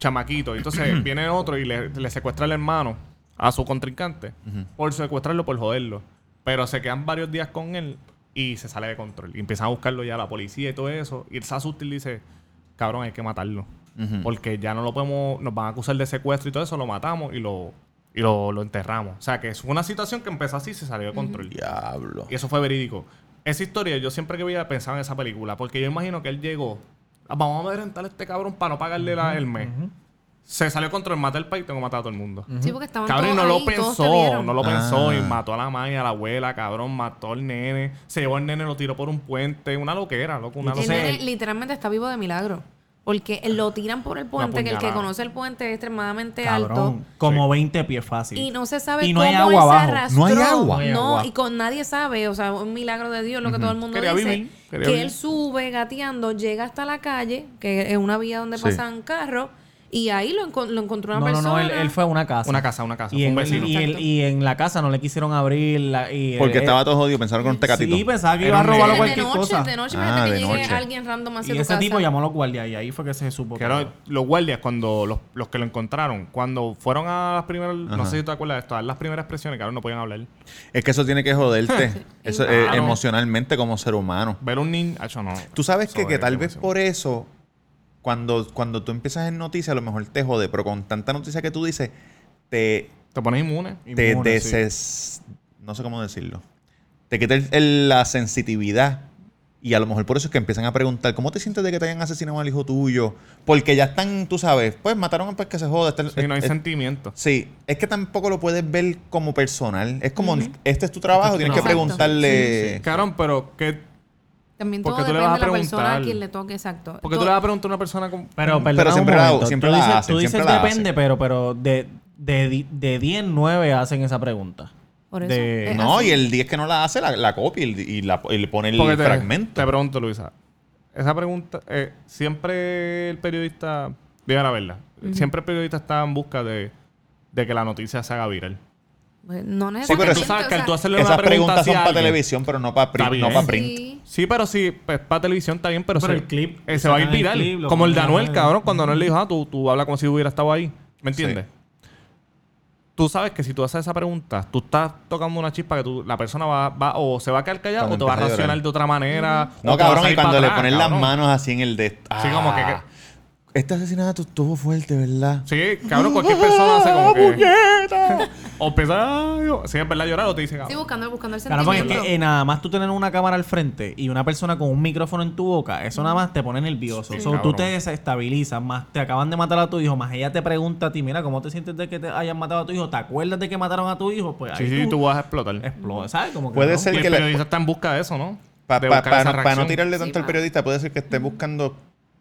E: Chamaquitos. Y entonces viene otro y le, le secuestra al hermano a su contrincante. Por secuestrarlo, por joderlo. Pero se quedan varios días con él y se sale de control. Y empiezan a buscarlo ya la policía y todo eso. Y él se asusta y le dice, cabrón, hay que matarlo. Porque ya no lo podemos... Nos van a acusar de secuestro y todo eso. Lo matamos y lo... Y lo, lo enterramos. O sea, que es una situación que empezó así y se salió de control.
C: Diablo.
E: Y eso fue verídico. Esa historia yo siempre que veía pensaba en esa película, porque yo imagino que él llegó, "Ah, vamos a amedrentar a este cabrón para no pagarle la, el mes. Se salió contra el matar el país y tengo que matar a todo el mundo.
A: Sí, porque estaban
E: Cabrón, y no
A: todos
E: lo
A: ahí, todos te
E: pensó,
A: vieron.
E: no lo pensó y
C: Ah.
E: mató a la madre, a la abuela, cabrón, mató al nene, se llevó al nene, lo tiró por un puente, una loquera, loco, una
A: El nene
E: loquera.
A: literalmente está vivo de milagro. Porque lo tiran por el puente, que el que
E: puñalada.
A: conoce el puente es extremadamente alto.
B: Cabrón, como 20 pies fácil.
A: Y no se sabe
B: Y no
A: cómo
B: hay agua
A: él se
B: abajo.
A: arrastró.
C: No hay agua. No
B: hay
A: No,
B: agua.
A: y con nadie sabe, o sea, un milagro de Dios, lo que todo el mundo
E: Quería
A: dice.
E: vivir, quería
A: que
E: vivir.
A: él sube gateando, llega hasta la calle, que es una vía donde
C: Sí.
A: pasan carros, y ahí lo, encon- lo encontró una
B: No, no,
A: persona.
B: no, él, él fue a una casa.
E: Una casa, una casa,
B: Y,
E: fue un
B: en,
E: vecino.
B: y, él- y en la casa no le quisieron abrir. la- y él-
C: Porque
B: él-
C: estaba todo jodido. Pensaron con un tecatito.
B: Sí, pensaba que iba
E: Era
B: a
E: un
B: robarlo
E: nene.
A: Eh, de
B: cualquier
A: noche,
B: cosa.
A: de noche,
C: Ah,
A: imagínate
C: de
A: que llegue
C: noche.
A: alguien random hacia
B: Y
A: tu
B: ese
A: casa.
B: tipo llamó a los guardias y ahí fue que se supo.
E: Que
B: que
E: eran los guardias, cuando los, los que lo encontraron, cuando fueron a las primeras, no
C: Ajá.
E: sé si te acuerdas de esto, a las primeras presiones, cabrón, no podían hablar.
C: Es que eso tiene que joderte. eso, eh,
E: Claro.
C: emocionalmente como ser humano.
E: Ver un niño, hecho no.
C: Tú sabes que,
E: Eso
C: que
E: es
C: tal vez
E: demasiado.
C: por eso, cuando, cuando tú empiezas en noticias, a lo mejor te jode, pero con tanta noticia que tú dices, te,
E: Te pones inmune.
C: te
B: Inmune,
C: deses... No sé cómo decirlo. Te quita el- el- la sensitividad. Y a lo mejor por eso es que empiezan a preguntar, ¿cómo te sientes de que te hayan asesinado al hijo tuyo? Porque ya están, tú sabes, pues mataron a pues que se joda. este-
E: Sí, no hay
C: este-
E: sentimiento.
C: Sí, es que tampoco lo puedes ver como personal. Es como, este es tu trabajo, tienes que
A: trabajo.
C: preguntarle...
E: Cabrón, pero que
A: También todo
E: Porque tú
A: depende
E: le vas
A: de
E: a
A: la persona a
E: preguntar.
A: quien le toque, exacto.
E: Porque tú
A: Todo-
E: le vas a preguntar a una persona con...
B: Pero, perdona
C: Pero
B: un
C: siempre la-
B: momento.
C: siempre
B: tú
C: la
B: dices,
C: hacen,
B: tú dices
C: siempre la
B: depende,
C: hacen.
B: pero, pero de, de, di- de 10, 9 hacen esa pregunta.
A: Por eso,
B: De-
A: es
C: No,
A: así.
C: y el 10 que no la hace, la, la copia y, y la, y le pone el
E: porque te-
C: fragmento.
E: Te pregunto, Luisa. Esa pregunta... eh, siempre el periodista... Diga la verdad. Siempre el periodista está en busca de, de que la noticia se haga viral.
A: Pues, No
C: Sí, pero
E: Porque
A: necesariamente.
E: tú
C: eso-
E: sabes que
A: o
E: al
A: sea,
E: tú hacerle
C: Esas
E: una pregunta
C: preguntas son
E: así a
C: para
E: alguien-
C: televisión, pero no para print.
E: Está
C: No
E: bien.
C: para print.
A: sí.
E: Sí, pero sí, pues para televisión está bien, pero,
B: Pero
E: se-
B: el clip,
E: eh, se va a ir
B: sacan el
E: viral.
B: clip, lo
E: como el
B: ponen en
E: de
B: las
E: Anuel,
B: redes.
E: cabrón, cuando Anuel le dijo, ah, tú, tú hablas como si hubiera estado ahí. ¿Me entiendes? Tú sabes que si tú haces esa pregunta, tú estás tocando una chispa que tú, la persona va, va o se va a quedar callada
C: Cuando
E: o te va a
C: empieza a llorar.
E: reaccionar de otra manera. o
C: No,
E: te va a
C: cabrón, y
E: salir
C: cuando
E: para
C: le
E: atrás,
C: ponen las
E: cabrón.
C: manos así en el de...
E: Sí, como que- que-
C: Este asesinato estuvo fuerte, ¿verdad?
E: Sí, cabrón, cualquier persona hace como que... o empieza... ay, o- Si es verdad llorar o te dice,
A: Sí,
E: cabrón.
A: buscando, buscando el
B: Caramba, es
A: sentimiento.
B: que eh, nada más tú tener una cámara al frente y una persona con un micrófono en tu boca, eso nada más te pone nervioso.
E: Sí,
B: So, tú
E: cabrón.
B: te desestabilizas, más te acaban de matar a tu hijo, más ella te pregunta a ti, mira, ¿cómo te sientes de que te hayan matado a tu hijo? ¿Te acuerdas de que mataron a tu hijo? Pues ahí
E: Sí, sí, tú vas a explotar.
B: explotas, ¿sabes? Como que
C: Puede
B: no.
E: Y
C: ser
E: el
C: que le-
E: periodista está en busca de eso, ¿no?
C: Para
E: De buscar esa
C: no
E: reacción.
C: tirarle
A: Sí,
C: tanto al
A: va.
C: periodista, puede ser que esté buscando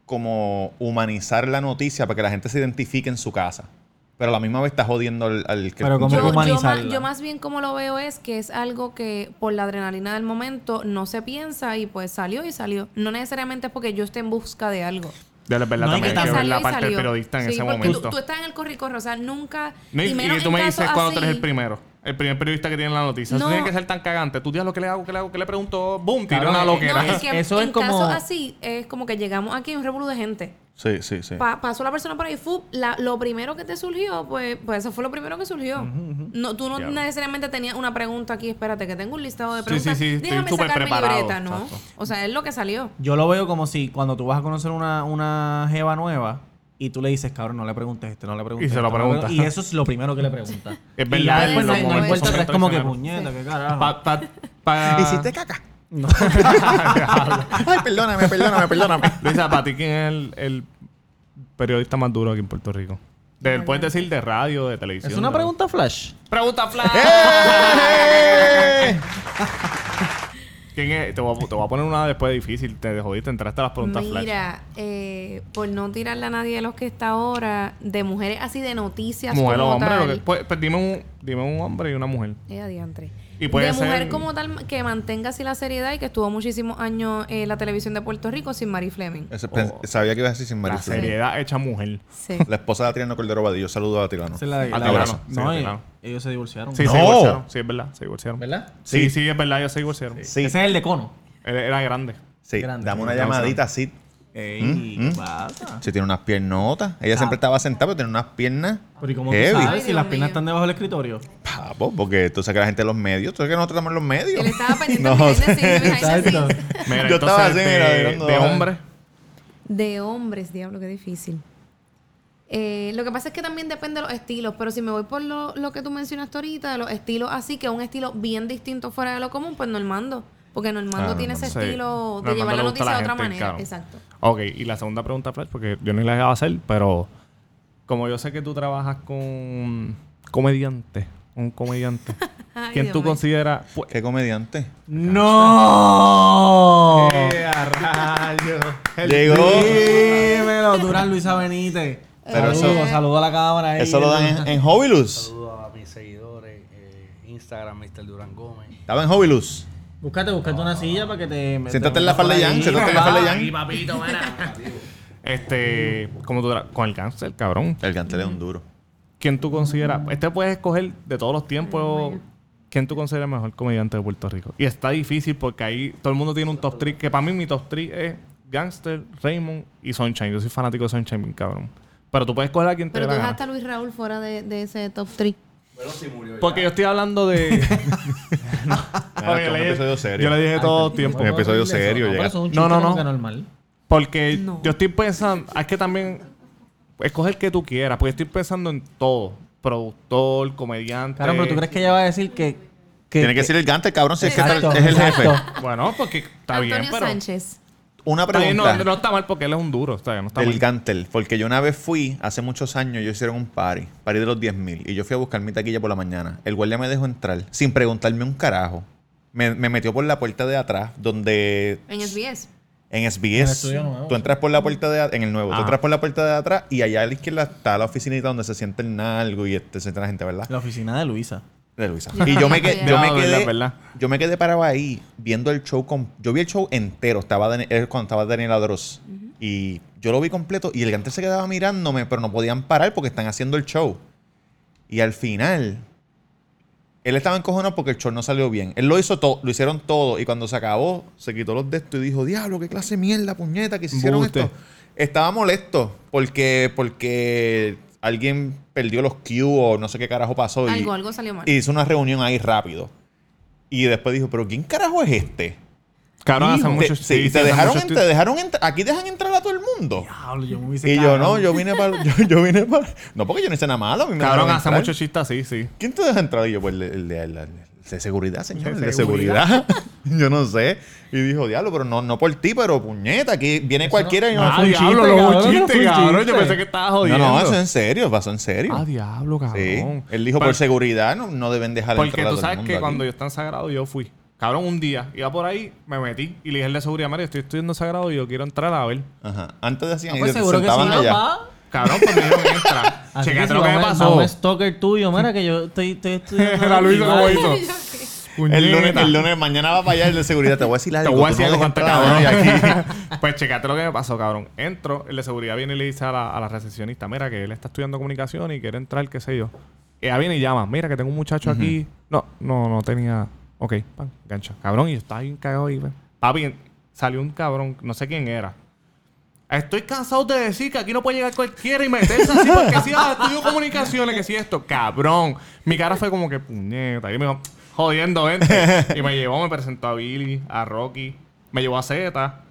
C: como humanizar la noticia para que la gente se identifique en su casa. Pero a la misma vez está jodiendo al, al que...
B: Pero como
A: yo,
B: que
A: yo ma-
B: humanizarla.
A: yo más bien como lo veo es que es algo que por la adrenalina del momento no se piensa y pues salió y salió. No necesariamente es porque yo esté en busca de algo.
E: Ya es verdad
B: No, y que
E: también hay que ver
A: salió
E: la
A: y
E: parte del
A: salió.
E: periodista en
A: Sí,
E: ese
A: porque
E: momento.
A: Tú, tú estás en el corre-corre, o sea, nunca...
E: No, y,
A: menos
E: y tú
A: en
E: me
A: casos
E: dices cuando tú eres
A: así.
E: el primero. El primer periodista que tiene la noticia. Eso
A: No.
E: tiene que ser tan cagante. Tú dices lo que le hago, que le hago, que le pregunto. ¡Bum! Tira
B: Cabrón,
E: una
B: eh,
A: No,
E: loquera.
A: es que
B: Eso es
A: en
B: como-
A: casos así es como que llegamos aquí a un revolú de gente.
C: Sí, sí, sí.
A: Pa- pasó la persona por ahí, ¡fup! la- lo primero que te surgió, pues, pues eso fue lo primero que surgió. no, tú no
E: Ya.
A: necesariamente tenías una pregunta aquí, espérate, que tengo un listado de
E: Sí,
A: preguntas.
E: sí, sí, estoy
A: Déjame
E: súper
A: sacar mi
E: preparado,
A: libreta, ¿no?
E: exacto.
A: O sea, es lo que salió.
B: Yo lo veo como si cuando tú vas a conocer una, una jeva nueva, Y tú le dices, cabrón, no le preguntes esto, no le preguntes
E: Y se lo
B: esto, no le
E: pregunta.
B: preguntes- Y eso es lo primero que le pregunta.
E: Es
B: y
E: verdad,
B: ya
E: en
B: después no
A: los
B: hay
A: momentos
B: vuelta
A: son
B: atrás, como que
E: traicioneros.
B: puñeta, qué carajo.
E: Pa, pa, pa-
C: ¿Hiciste caca? Ay, perdóname, perdóname, perdóname.
E: Luisa, para ti, ¿quién es el, el periodista más duro aquí en Puerto Rico? Del, puedes decir de radio, de televisión.
B: Es una
E: de-
B: pregunta flash.
E: ¡Pregunta flash!
C: ¡Eh!
E: ¿Quién es? Te, voy a, te voy a poner una después difícil. Te jodiste, entraste a las preguntas flash.
A: Mira, eh, por no tirarle a nadie de los que está ahora, de mujeres así de noticias
E: Mujer o
A: como
E: hombre.
A: tal.
E: lo que- pues, pues dime, un, dime un hombre y una mujer.
A: Eh, adiantre.
E: Y puede
A: de
E: ser-
A: mujer como tal que mantenga así la seriedad y que estuvo muchísimos años en la televisión de Puerto Rico sin Mari Fleming.
C: Ese pen- Sabía que ibas a decir sin
A: Ah,
E: La
C: Mariflor.
E: seriedad hecha mujer.
A: Sí.
C: La esposa de Adriano Cordero Vadillo. Saludos a Tirano.
B: Esa es la de
E: Ah,
B: la-
E: claro, sí,
B: No,
E: claro.
B: y- ellos se divorciaron.
E: Sí,
C: No.
E: se divorciaron. Sí, es verdad. Se divorciaron.
B: ¿Verdad?
E: Sí, sí,
C: Sí.
E: es verdad. Ellos se divorciaron.
C: Sí,
B: Ese es el de Cono.
E: Él era grande.
C: sí.
B: Grande.
C: Dame una llamadita, Sid.
B: Ey,
C: Mm,
B: ¿qué
C: mm.
B: pasa?
C: Si tiene unas piernotas. Ella siempre estaba sentada, pero tiene unas piernas.
B: Pero ¿y cómo tú
C: Heavy.
B: sabes si
A: Dios
B: las piernas
A: mío.
B: están debajo del escritorio?
C: Papo, porque tú sabes que la gente de los medios. Tú sabes que nosotros estamos en los medios.
A: Él estaba pendiente
C: No,
A: behind the
C: sé.
A: scenes, behind the scenes.
E: Mira,
C: Yo
E: entonces,
C: estaba así, mira,
E: de,
C: mirando
E: de
C: abajo.
E: hombre.
A: De hombres, diablo, qué difícil. Eh, lo que pasa es que también depende de los estilos, pero si me voy por lo, lo que tú mencionaste ahorita, de los estilos así, que es un estilo bien distinto fuera de lo común, pues Normando. Porque Normando
E: Ah,
A: tiene ese
E: Normando, sí.
A: estilo de
E: Normando
A: llevar
E: le
A: la
E: gusta
A: noticia
E: a la
A: de otra
E: gente,
A: manera.
E: claro.
A: Exacto.
E: Ok, y la segunda pregunta, Flash, porque yo no la iba a hacer, pero como yo sé que tú trabajas con comediante, un comediante,
A: Ay,
E: ¿quién
A: Dios
E: tú
A: mío.
E: consideras? pues,
C: Qué comediante.
B: ¡No!
E: Eh,
B: a rayos!
C: Llegó.
B: Dímelo, Durán Luisa Benítez.
C: Pero eso-
B: saludo, saludo a la cámara. ahí.
C: Eso lo dan en, en Hobilus.
I: Saludos a mis seguidores, eh, Instagram, Mr. Durán Gómez.
C: Estaba en Hobilus.
B: Búscate, búscate una silla para que te.
C: Siéntate
B: te
C: en la falda de
B: metas por
C: Yang,
B: ahí,
C: siéntate en la
B: papá.
C: falda de Yang.
B: Sí, papito, mira.
E: Este, como tú tra- con el cáncer, cabrón.
C: El cantante es un duro.
E: ¿Quién tú consideras?
A: Mm.
E: Este puedes escoger de todos los tiempos. ¿Quién tú consideras mejor comediante de Puerto Rico? Y está difícil porque ahí todo el mundo tiene un top 3, que para mí mi top 3 es Gangster, Raymond y Sunshine. Yo soy fanático de Sunshine, bien cabrón. Pero tú puedes escoger a quien te
A: Pero
E: dé
A: tú
E: la gana.
A: dejaste a Luis Raúl fuera de, de ese top 3.
E: Porque yo estoy hablando de.
C: Ah, que es un episodio serio.
E: Yo le dije todo tiempo.
C: Un episodio
B: Eso,
C: serio,
B: no,
C: ya.
B: pero eso es un
E: No,
B: chiste
E: no,
B: como
E: no.
B: que normal.
E: Porque
A: No.
E: yo estoy pensando. Es que también. Escoge el que tú quieras. Porque estoy pensando en todo: productor, comediante.
B: Claro, pero tú crees que ella va a decir que. que
C: Eh, Tiene que ser el gante, cabrón, si es que es
B: Exacto,
C: el- es el jefe.
B: exacto.
E: Bueno, porque está
A: Antonio
E: bien, pero.
A: Sánchez.
C: Una
E: Está bien, no,
C: pregunta.
E: no está mal porque él es un duro. Está bien, no está
C: El
E: mal.
C: Gantel, porque yo una vez fui, hace muchos años, yo hicieron un party, party de los 10.000, y yo fui a buscar mi taquilla por la mañana. El guardia me dejó entrar sin preguntarme un carajo. Me, me metió por la puerta de atrás, donde
A: En SBS.
C: en
B: el
C: SBS,
B: estudio nuevo, Ah.
C: tú entras por la puerta de a- en el nuevo, tú
E: Ajá.
C: entras por la puerta de atrás y allá a la izquierda está la oficinita donde se siente el nalgo y este, se sienta la gente, ¿verdad?
B: La oficina de Luisa.
C: De Luisa.
A: Yo
C: Y yo me,
A: también
C: que-
A: fui
C: yo
E: allá.
C: me
E: No,
C: quedé,
E: verdad, verdad.
C: yo me quedé parado ahí viendo el show. con- yo vi el show entero. Estaba Dani- eh, cuando estaba Daniel Adros. Y yo lo vi completo. Y el gante se quedaba mirándome, pero no podían parar porque están haciendo el show. Y al final, él estaba encojonado porque el show no salió bien. Él lo hizo todo, lo hicieron todo. Y cuando se acabó, se quitó los de esto y dijo: Diablo, qué clase de mierda, puñeta, que se hicieron
E: Embuste.
C: esto. Estaba molesto porque, porque alguien perdió los cues o no sé qué carajo pasó. y-
A: Algo, algo salió mal.
C: y hizo una reunión ahí rápido. Y después dijo, pero ¿quién carajo es este?
E: Cabrón, hace
C: Te-
E: mucho
C: sí, te,
E: hace
C: dejaron,
E: mucho
C: en- te
E: tweet.
C: dejaron entrar. Aquí dejan entrar a todo el mundo.
B: Diablo, yo me hubiese
C: Y yo
B: cagado.
C: no, yo vine para. Yo, yo vine para. No, porque yo no hice nada malo. A mí me
E: Cabrón,
C: dejaron
E: hace
C: entrar.
E: mucho chiste así, sí.
C: ¿Quién te deja entrar? Y yo, pues el de, el de- el de- el de seguridad, señor. El
E: De
C: de seguridad. yo no sé. Y dijo, diablo, pero no, no por ti, pero puñeta, aquí viene cualquiera y no.
B: no
E: Ah,
B: fue un
E: diablo,
B: chiste,
E: lo
B: cabrón,
E: un
B: no
E: chiste,
B: fue un
E: cabrón. Yo
B: chiste.
E: pensé que estabas
C: no,
E: jodiendo.
C: no, eso es en serio, pasó en serio.
E: Ah, diablo,
C: sí.
E: cabrón.
C: Él dijo,
E: Pero-
C: por seguridad no, no deben dejar
E: Porque
C: entrar a
E: tú
C: todo el
E: sabes
C: mundo.
E: que
C: aquí.
E: cuando yo estaba en Sagrado, yo fui. Cabrón, un día iba por ahí, me metí y le dije al de seguridad, Mario, estoy estudiando Sagrado y yo quiero entrar a ver.
C: Ajá. Antes
B: Ah,
C: decían, y
B: pues
C: se
B: seguro que sí,
C: sentaban allá.
B: papá.
E: Cabrón, pues me dijeron entra.
B: Así
E: Checate
B: si
E: lo que me
B: vamos- vamos a
E: pasó.
B: stalker tuyo, mira que yo estoy, estoy estudiando.
E: Era Luis como hizo.
C: El lunes, el lunes, mañana va para allá el de seguridad. Te voy a decir
E: Te
C: algo.
E: voy a
C: tú
E: decir
C: no
E: algo
C: dejas
E: con este
C: entrar a nadie aquí.
E: cabrón. pues checate lo que me pasó, cabrón. Entro, el de seguridad viene y le dice a la, a la recepcionista, mira que él está estudiando comunicación y quiere entrar, qué sé yo. Ella viene y llama, mira que tengo un muchacho aquí. No, no, no tenía... Ok, pan, gancha. Cabrón, y yo estaba bien cagado ahí. Papi, salió un cabrón, no sé quién era. Estoy cansado de decir que aquí no puede llegar cualquiera y meterse así porque si ah, estudio comunicaciones, que si esto, cabrón. Mi cara fue como que puñeta. Y me dijo, jodiendo, vente. Y me llevó, me presentó a Billy, a Rocky, me llevó a Z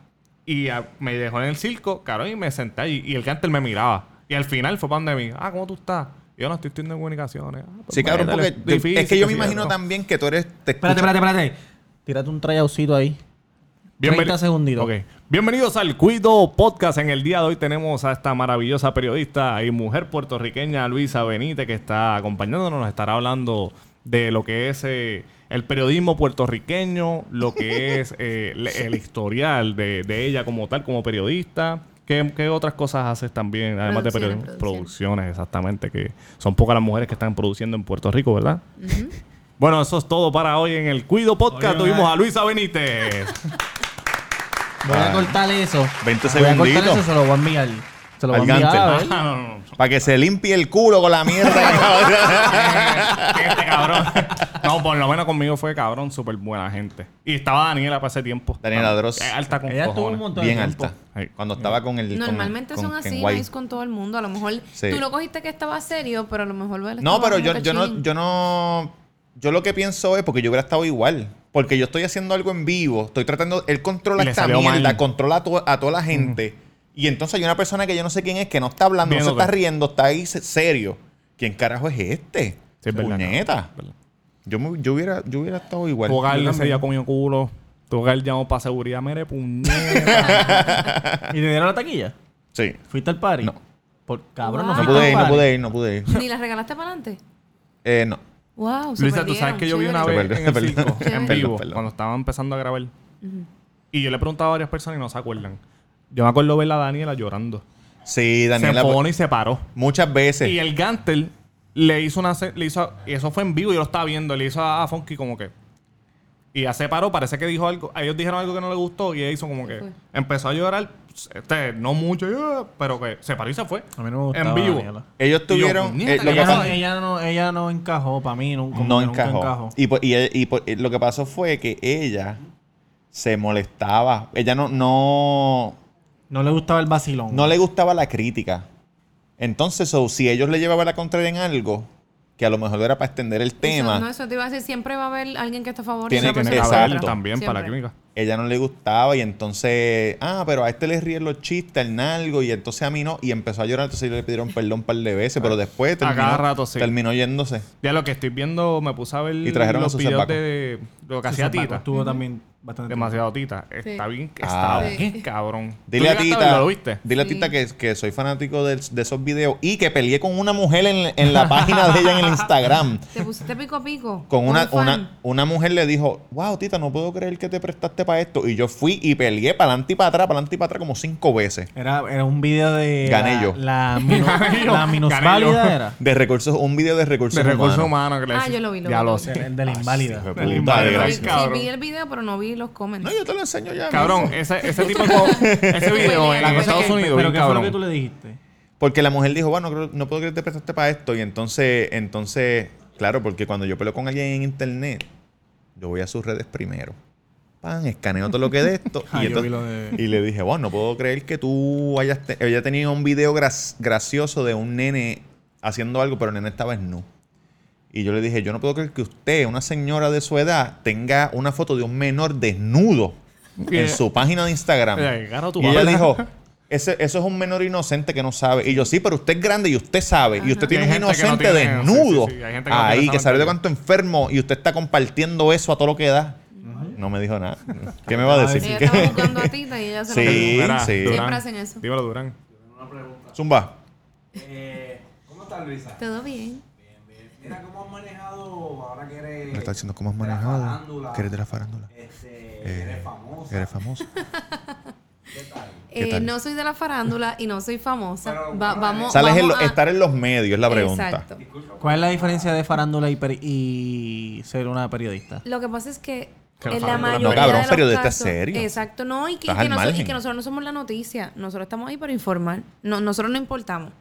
E: y a- me dejó en el circo, cabrón, y me senté allí. Y el cánter me miraba. Y al final fue para donde mí. Ah, ¿cómo tú estás? Yo no estoy estudiando comunicaciones. Ah, pues
C: Sí, cabrón,
E: métele.
C: porque te-
E: Difícil,
C: es que yo me
E: sí,
C: imagino
E: no.
C: también que tú eres. Te
B: Espérate,
C: escuchas-
B: espérate, espérate. Tírate un trayaucito ahí.
E: Bienveni-
B: 30 segunditos.
E: Ok. Bienvenidos al Cuido Podcast. En el día de hoy tenemos a esta maravillosa periodista y mujer puertorriqueña, Luisa Benítez, que está acompañándonos. Nos estará hablando de lo que es eh, el periodismo puertorriqueño, lo que es eh, le- el historial de, de ella como tal, como periodista. ¿Qué, qué otras cosas haces también, además de
A: Producciones,
E: periodismo? Producciones, exactamente, que son pocas las mujeres que están produciendo en Puerto Rico, ¿verdad? Bueno, eso es todo para hoy en el Cuido Podcast.
B: Oye,
E: Tuvimos
B: una-
E: a Luisa Benítez.
B: Voy
C: Ah.
B: a cortar eso.
C: 20
B: Voy a cortar
C: segunditos.
B: eso, se lo voy a enviar. Se lo voy a
C: Al
B: enviar.
C: Gantel.
B: a ver.
E: Ah, no, no, no.
C: Para que se limpie el culo con la mierda que acaba de-
E: Este cabrón. No, por lo menos conmigo fue cabrón, súper buena gente. Y estaba Daniela para ese tiempo.
C: Daniela Dross.
E: Es Alta con
B: Ella estuvo un
E: cojones.
B: montón de
C: Bien
B: tiempo.
C: alta.
E: Ahí.
C: Cuando estaba con el. con-
A: Normalmente
C: con
A: son
C: Ken
A: así, no
C: White.
A: es con todo el mundo. A lo mejor
C: Sí.
A: tú lo cogiste que estaba serio, pero a lo mejor lo él
C: No,
A: estaba
C: pero
A: como
C: yo,
A: que
C: yo no,
A: chilling.
C: yo no. Yo lo que pienso es porque yo hubiera estado igual. Porque yo estoy haciendo algo en vivo. Estoy tratando. Él controla
E: Y le
C: esta
E: salió
C: mierda,
E: mal.
C: controla a, to- a toda la gente. Y entonces hay una persona que yo no sé quién es, que no está hablando, no se
E: Viéndote.
C: está riendo, está ahí se- serio. ¿Quién carajo es este?
E: Sí, es verdad,
C: Puñeta.
E: cabrón.
C: Yo, me- yo, hubiera, yo hubiera estado igual.
E: Tocarle
C: Yo
E: ese
C: también.
E: día comió culo. Tocar llamó para seguridad. Mere, puñeta.
B: Ah, ¿Y te dieron la taquilla?
C: Sí.
B: ¿Fuiste al party? Ah.
C: No.
B: Por, cabrón, no,
A: Wow.
C: No
B: fuiste
C: pude
B: al
C: ir, no
B: party.
C: pude ir, no pude ir.
A: ¿Ni las regalaste para adelante?
C: Eh, no.
A: Wow, se
E: Luisa, tú sabes
A: perdieron,
E: que yo vi una
C: Se
A: chévere.
E: vez
C: perdió,
E: en
C: se
E: el
C: perdió.
E: circo,
A: Chévere.
E: en vivo,
C: Perdón, perdón.
E: cuando estaba empezando a grabar. Y yo le preguntaba a varias personas y no se acuerdan. Yo me acuerdo ver a Daniela llorando.
C: Sí, Daniela. pues,
E: se pone y se paró.
C: Muchas veces.
E: Y el Gantel le hizo una. se- Le hizo, a- y eso fue en vivo, yo lo estaba viendo. Le hizo a, a Funky como que. Y ya se paró, parece que dijo algo. Ellos dijeron algo que no le gustó y ella hizo como que.
A: fue.
E: Empezó a llorar. Este, no mucho, "Ah", pero que se paró y se fue.
B: A mí no me gustaba
E: En vivo.
B: Daniela.
C: Ellos
E: Y yo,
C: tuvieron.
E: "Nieta,
C: eh, lo que
B: Ella, no,
C: pasa-
B: ella, no, ella no encajó para mí. Nunca,
C: no
B: nunca
C: encajó.
B: encajó.
C: Y, po- y, eh, y po- eh, lo que pasó fue que ella se molestaba. Ella no, no,
B: No le gustaba el vacilón.
C: no le gustaba la crítica. Entonces, so, si ellos le llevaban la contraria en algo, que a lo mejor era para extender el
A: Eso-
C: tema,
A: no, eso te iba a decir. Siempre va a haber alguien que está a favor
C: Tiene
A: y otra
C: que-
E: que
A: persona
E: haber
C: exacto.
A: contra.
E: también para la
A: Siempre.
E: química.
C: ella no le gustaba y entonces, ah, pero a este le ríen los chistes, el nalgo, y entonces a mí no, y empezó a llorar, entonces le pidieron perdón un par de veces, pero después
E: cada
C: terminó,
E: rato, sí.
C: terminó yéndose.
E: Ya lo que estoy viendo, me puse a ver
C: Y trajeron a
E: los
C: Susan
E: videos
C: Baco.
E: de lo que
B: Ese
E: hacía
B: Paco
E: Tita.
B: Estuvo también bastante.
E: Demasiado Tita. Está bien, está
C: Ah.
E: bien, cabrón. ¿Tú
C: Dile a
E: llegaste verlo,
C: Tita,
E: ¿Lo viste?
C: dile a
A: Sí.
C: Tita que, que soy fanático de, de esos videos y que peleé con una mujer en, en la página de ella en el Instagram.
A: Te pusiste pico a pico.
C: Con una,
A: fan.
C: una, una mujer le dijo, wow, Tita, no puedo creer que te prestaste para esto. Y yo fui y peleé para adelante y para atrás, para adelante y para atrás como cinco veces.
B: Era, era un video de.
C: Gané
B: la-
C: yo.
B: La, minu-
E: Gané yo.
B: la minusválida
E: Gané yo.
B: era.
C: De recursos, un video de recursos
E: De
C: humanos.
E: recursos humanos. que le
A: Ah,
E: decía.
A: yo lo vi, lo
E: Ya
A: vi, lo
E: lo
A: vi.
E: sé.
B: El de la inválida.
C: Hijo de
E: El
C: puta,
E: inválido.
C: desgracia.
A: Sí,
E: cabrón.
A: vi el video, pero no vi los comments.
C: No, yo te lo enseño ya.
E: Cabrón,
C: amigo.
E: ese, ese tipo co- ese video en
A: La cosa
E: Estados
A: es que-
B: Pero ¿qué
E: Unidos, bien
B: fue lo que
E: cabrón.
B: tú le dijiste?
C: Porque la mujer dijo, bueno, creo- no puedo creer que te prestaste para esto. Y entonces, entonces, claro, porque cuando yo peleo con alguien en internet, yo voy a sus redes primero. Pan, escaneo todo lo que de esto.
B: Ah,
C: y,
B: yo vi
C: entonces-
B: lo de-
C: y le dije, bueno, no puedo creer que tú hayas, te- haya tenido un video gras- gracioso de un nene haciendo algo, pero el nene estaba en nu. Y yo le dije, yo no puedo creer que usted, una señora de su edad, tenga una foto de un menor desnudo en
E: Eh,
C: su página de Instagram.
E: eh, gano tu
C: y ella
E: papá.
C: dijo, "Ese- eso es un menor inocente que no sabe. Y yo, sí, pero usted es grande y usted sabe. Y usted
E: Y hay
C: tiene un
E: gente que no
C: inocente
E: tiene- sí,
C: desnudo
E: sí, sí, hay gente que no
C: ahí,
E: tiene
C: que
E: esa
C: sabe de
E: mentalidad.
C: cuánto enfermo y usted está compartiendo eso a todo lo que da. No me dijo nada. ¿Qué me va a
B: Ay,
C: decir?
A: Ella estaba buscando a Tita y ella se lo
C: Sí,
A: dio.
E: Mira,
C: sí.
E: Durán,
A: Siempre hacen eso.
E: Dímelo, Durán.
C: Zumba.
I: ¿Cómo estás, Luisa?
A: Todo bien.
I: Mira cómo has manejado ahora que eres.
C: Me está diciendo cómo has
I: de la
C: manejado.
I: farándula,
C: Que eres de la farándula.
I: Este,
C: Eh,
I: eres famosa.
C: Eres famoso. ¿Qué
A: Eh,
C: tal?
A: no soy de la farándula y no soy famosa.
I: Pero,
A: Va-
I: bueno,
A: vamos,
C: Sales en
A: vamos
C: lo-
A: a-
C: estar en los medios, es la pregunta.
A: Exacto.
B: ¿Cuál es la diferencia de farándula y, peri- y ser una periodista?
A: Lo que pasa es que,
E: Que la
A: en la
E: farándula-
A: mayoría
E: No,
C: cabrón,
A: de los
C: periodista
A: casos,
C: serio.
A: Exacto, no, y que, y
C: Estás
A: que
C: al
A: no so- y
C: margen.
A: que nosotros no somos la noticia. Nosotros estamos ahí para informar. No, nosotros no importamos.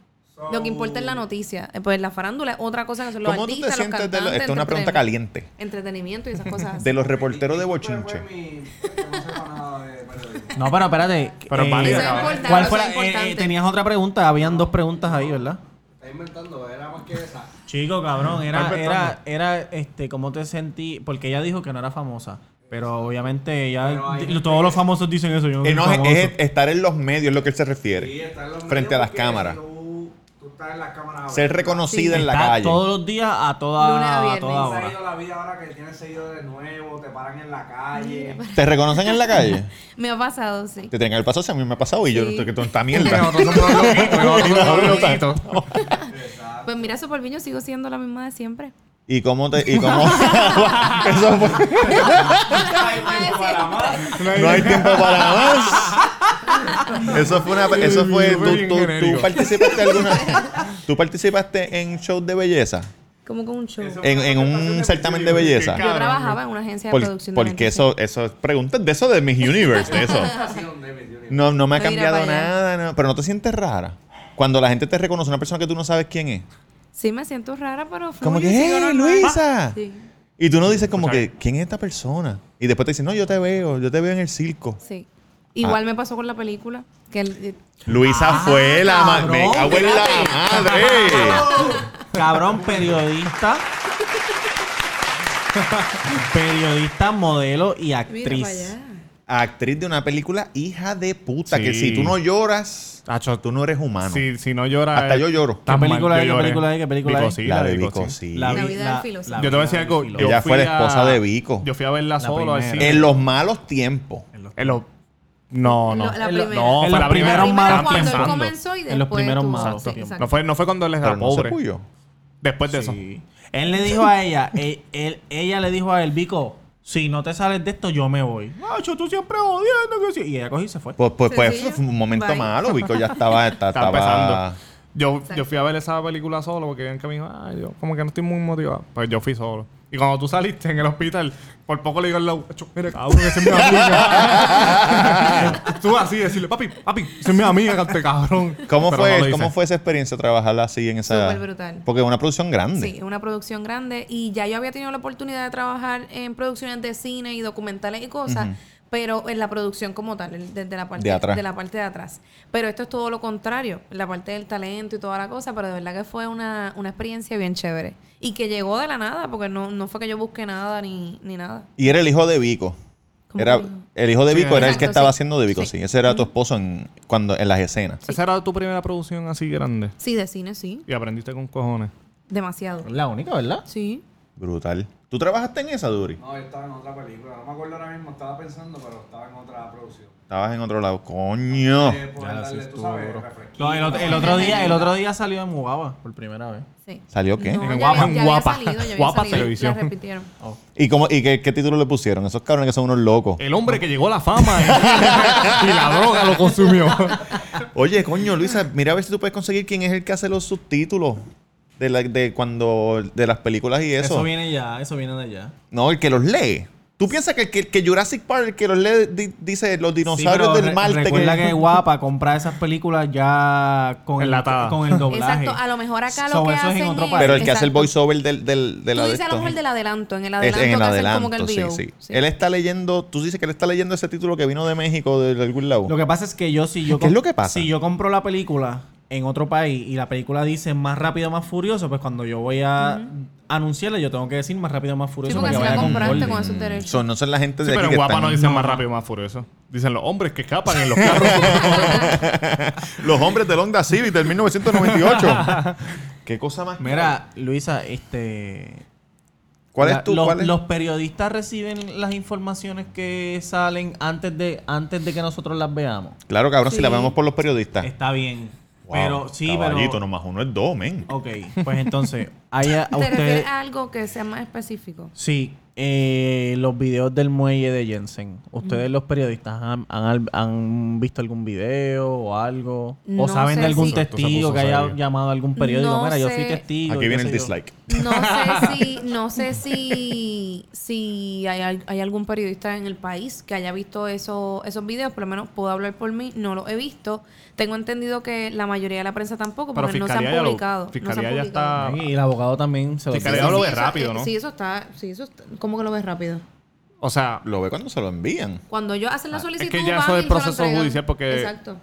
A: Lo que importa es la noticia. Eh, Pues la farándula es otra cosa que son los
C: ¿Cómo tú te
A: artistas, los
C: sientes de
A: cantantes.
C: los- Esta es una pregunta
A: entretenimiento-
C: caliente.
A: Entretenimiento y esas cosas.
C: De los reporteros de
I: Mi- mi culpa
C: Bochinche.
I: fue mi- que no sepa nada de periodismo.
B: No, pero espérate.
E: Pero
B: eh,
E: válida,
A: Eso es importante,
B: ¿Cuál
A: eso
B: fue
A: es
B: la- eh, eh,
A: importante.
B: tenías otra pregunta. Habían dos preguntas ahí, ¿verdad?
I: Está inventando, era más que esa.
B: Chico, cabrón, era,
E: Alberto,
B: era, era, este, ¿cómo te sentí? Porque ella dijo que no era famosa, pero obviamente ella,
I: Pero hay
B: di-
I: gente
B: todos los famosos dicen eso, yo no
C: Eh,
B: soy
C: no,
B: famoso.
C: es, es estar en los medios, es lo que él se
I: Sí,
C: refiere.
I: está en los
C: Frente a
I: medios
C: las
I: porque
C: cámaras.
I: tú
H: estar en las cámaras.
C: Ser reconocida en la
B: Está
C: calle.
B: todos los días a toda,
A: Lunes a
B: a
A: viernes.
B: toda
H: Se ha
B: hora.
H: ido la vida ahora que tienes seguidores nuevos, te paran en la calle.
C: ¿Te reconocen en la calle?
A: Me ha pasado, sí.
C: Te tienen que haber pasado, si a mí me ha pasado y yo
A: Sí.
C: estoy que tonta
E: Pero
C: mierda.
E: nosotros somos los loquitos, nosotros somos los loquitos.
A: Pues mira, Sopolviño sigo siendo la misma de siempre.
C: ¿Y cómo te.? ¿Y cómo.? Eso fue- No hay tiempo para más. Eso fue una. Eso fue.
E: Fue
C: Tú,
E: bien
C: tú- tú
E: genérico.
C: participaste alguna. Tú participaste en shows de belleza.
A: Como con un show.
C: En, en un certamen de belleza.
A: Yo trabajaba en una agencia de
C: Por-
A: producción. de
C: porque
A: eventos, sí.
C: eso, eso es pregunta de eso de Miss Universe, de eso. No, no me ha
A: Mira
C: cambiado
A: para allá.
C: nada, no. pero no te sientes rara. Cuando la gente te reconoce, una persona que tú no sabes quién es.
A: Sí, me siento rara, pero fluyo
C: Como que,
A: y sigo
C: ¡eh,
A: normal.
C: Luisa!
A: Sí,
C: Y tú no dices como
E: Escucha.
C: que, ¿quién es esta persona? Y después te dicen, no, yo te veo, yo te veo en el circo.
A: sí. Igual me pasó con la película. Que el- eh,
C: Luisa fue la madre.
B: cabrón,
C: Me cago en la madre.
B: Cabrón, periodista. periodista, modelo y
A: mira para
B: actriz.
A: allá.
C: Actriz de una película hija de puta. Que
E: Sí.
C: si tú no lloras,
E: Tacho,
C: tú no eres humano.
E: Si, si no llora.
C: Hasta
E: eh,
C: yo lloro.
E: tan mal,
B: película
E: yo
B: es? ¿Qué
E: lloré.
B: película es? ¿Qué película es?
E: Vico,
C: La de
E: sí,
C: Vico, sí.
A: La vida del filósofo.
B: la
E: Yo te voy a
B: vida
E: decir
B: del
E: algo.
B: filósofo.
E: yo
C: Ella
E: fui
C: fue la
E: a-
C: esposa de Vico.
E: Yo fui a verla
B: La
E: solo al
B: primera.
E: cine.
C: En los malos tiempos.
E: En los- No, no.
A: Lo- la
E: En los-
A: primera.
E: No,
B: En
E: fue
B: los
E: la primera.
B: primeros malos
E: Estaban
A: cuando él
E: pensando.
A: comenzó y después
B: En los primeros
A: tuvo- sí,
B: malos tiempos.
A: exacto.
E: No fue, no fue cuando él era
C: Pero no se
E: pobre.
C: puyó.
E: Después de
B: Sí. Él le dijo a ella, él- él- ella le dijo a él, Vico, si no te sales de esto, yo me voy. Macho, tú siempre odiando que sí. Y ella cogió y se fue.
C: Pues, pues, pues
A: Sencillo.
C: fue un momento
A: Bye.
C: malo. Vico ya estaba. esta- estaba
E: Estaba empezando. eso. Yo, yo fui a ver esa película solo porque alguien que me dijo, ay, yo como que no estoy muy motivado. Pues yo fui solo. Y cuando tú saliste en el hospital, por poco le digo al lado, "Acho, mira, cabrón, que esa es mi amiga. tú así, decirle, papi, papi, esa es mi amiga, cante, cabrón.
C: ¿Cómo
E: Pero no
C: fue,
E: lo hice.
C: ¿Cómo fue esa experiencia trabajarla así en esa.
A: Súper brutal.
C: Porque es una producción grande.
A: Sí, es una producción grande y ya yo había tenido la oportunidad de trabajar en producciones de cine y documentales y cosas, pero en la producción como tal, el- desde la parte
C: De atrás.
A: la parte de atrás. Pero esto es todo lo contrario, la parte del talento y toda la cosa, pero de verdad que fue una, una experiencia bien chévere y que llegó de la nada, porque no, no fue que yo busqué nada ni, ni nada.
C: Y era el hijo de Vico.
A: ¿Cómo
C: Era,
A: que hijo?
C: el hijo de
E: Sí,
C: Vico era el
A: exacto,
C: que estaba
A: sí.
C: haciendo de Vico, sí.
A: Sí.
C: Ese era tu esposo en, cuando, en las escenas.
E: Esa era tu primera producción así grande.
A: Sí, de cine sí,
E: Y aprendiste con cojones.
A: demasiado.
B: La única, ¿verdad?
A: Sí.
C: Brutal. ¿Tú trabajaste en esa, Duri?
H: No, yo estaba en otra película. No me acuerdo ahora mismo, estaba pensando, pero estaba en otra producción.
C: Estabas en otro lado. Coño.
H: Eh, por darle, tú sabes, refresquito.
B: No, el, ot- el otro día, el otro día salió en Mugaba por primera vez.
A: Sí.
C: ¿Salió qué?
A: No,
E: En
A: ya
E: Guapa,
A: había- ya
E: en
A: había
E: Guapa.
A: salido, ya había
E: Guapa
A: salido,
E: Televisión.
A: La repitieron.
C: ¿Y, cómo, y qué, qué título le pusieron? Esos cabrones que son unos locos.
E: El hombre que llegó a la fama y la droga lo consumió.
C: Eh, Oye, coño, Luisa, mira a ver si tú puedes conseguir quién es el que hace los subtítulos de, la, de cuando de las películas y
B: Eso.
C: eso.
B: viene ya, eso viene de allá.
C: No, el que los lee. ¿Tú piensas que, que, que Jurassic Park, el que los lee, di- dice los
B: Sí,
C: dinosaurios
B: pero
C: del
B: re-
C: Marte?
B: Recuerda
C: que-
B: que guapa comprar esas películas ya con el,
E: Enlatada.
B: con el doblaje.
A: Exacto, a lo mejor acá lo
B: So,
A: que
B: eso es en
A: hacen
B: otro
A: es-
B: país.
C: Pero el que hace el
A: Exacto.
C: voiceover del, del, de la
A: Tú
C: de
A: dices a
C: esto.
A: lo mejor del adelanto, en el
C: Es-
A: adelanto
C: en el
A: que hacen como que el
C: adelanto, sí,
A: video.
C: sí,
A: Sí.
C: Él está leyendo, tú dices que él está leyendo ese título que vino de México, de, de algún lado.
B: Lo que pasa es que yo si yo
C: ¿Qué es lo que pasa?
B: si yo compro la película en otro país y la película dice más rápido más furioso, pues cuando yo voy a anunciarla yo tengo que decir más rápido más
A: Sí,
B: furioso
A: porque si
B: vaya
A: la compraste
B: orden.
A: con esos derechos.
C: Son- no son la gente
E: Sí,
C: de aquí
E: pero en
C: que
E: guapa
C: están-
E: no dicen más rápido y más furioso. Dicen los hombres que escapan en los carros.
C: Los hombres del Honda Civic del 1998. ¿Qué cosa más?
B: Mira, Luisa, este
C: ¿Cuál
B: la-
C: es tu?
B: los,
C: cuál es-
B: los periodistas reciben las informaciones que salen antes de antes de que nosotros las veamos.
C: Claro, cabrón, si
A: Sí.
C: la vemos por los periodistas.
B: Está bien.
C: Wow,
B: Este, pero sí,
C: caballito,
B: pero
C: nomás uno es dos, men.
B: Ok, pues entonces, hay a, a
A: ¿Te refieres
B: ustedes
A: a algo que sea más específico?
B: Sí, eh, los videos del muelle de Jensen. ¿Ustedes los periodistas han, han- han visto algún video o algo? ¿O
A: No
B: saben
A: sé
B: de algún
A: si-
E: Esto se
B: testigo
E: puso
B: que haya
E: serio.
B: llamado a algún periódico?
A: No
B: Mira, yo fui
A: sé.
B: testigo.
C: Aquí
B: y
C: viene
B: qué
C: el
B: sé yo".
C: dislike.
A: No sé si, no sé si, si hay, al- hay algún periodista en el país que haya visto eso, esos videos, por lo menos puedo hablar por mí, no los he visto. Tengo entendido que la mayoría de la prensa tampoco,
E: Pero
A: porque no se han
E: Fiscalía ya lo-
A: publicado. no se han
E: Fiscalía ya
A: publicado.
E: está-
B: Ah, Y el abogado también se lo
E: Sí,
B: dice.
E: Fiscalía lo ve
A: eso-
E: rápido,
A: eh,
E: ¿no?
A: Sí, eso está, sí, eso está- ¿cómo que lo ves rápido?
E: o sea,
C: Lo ve cuando se lo envían.
A: Cuando ellos hacen la solicitud,
E: que ya
A: van
E: eso Ah, es
A: y se lo
E: proceso
A: entregan.
E: judicial porque-
A: Exacto.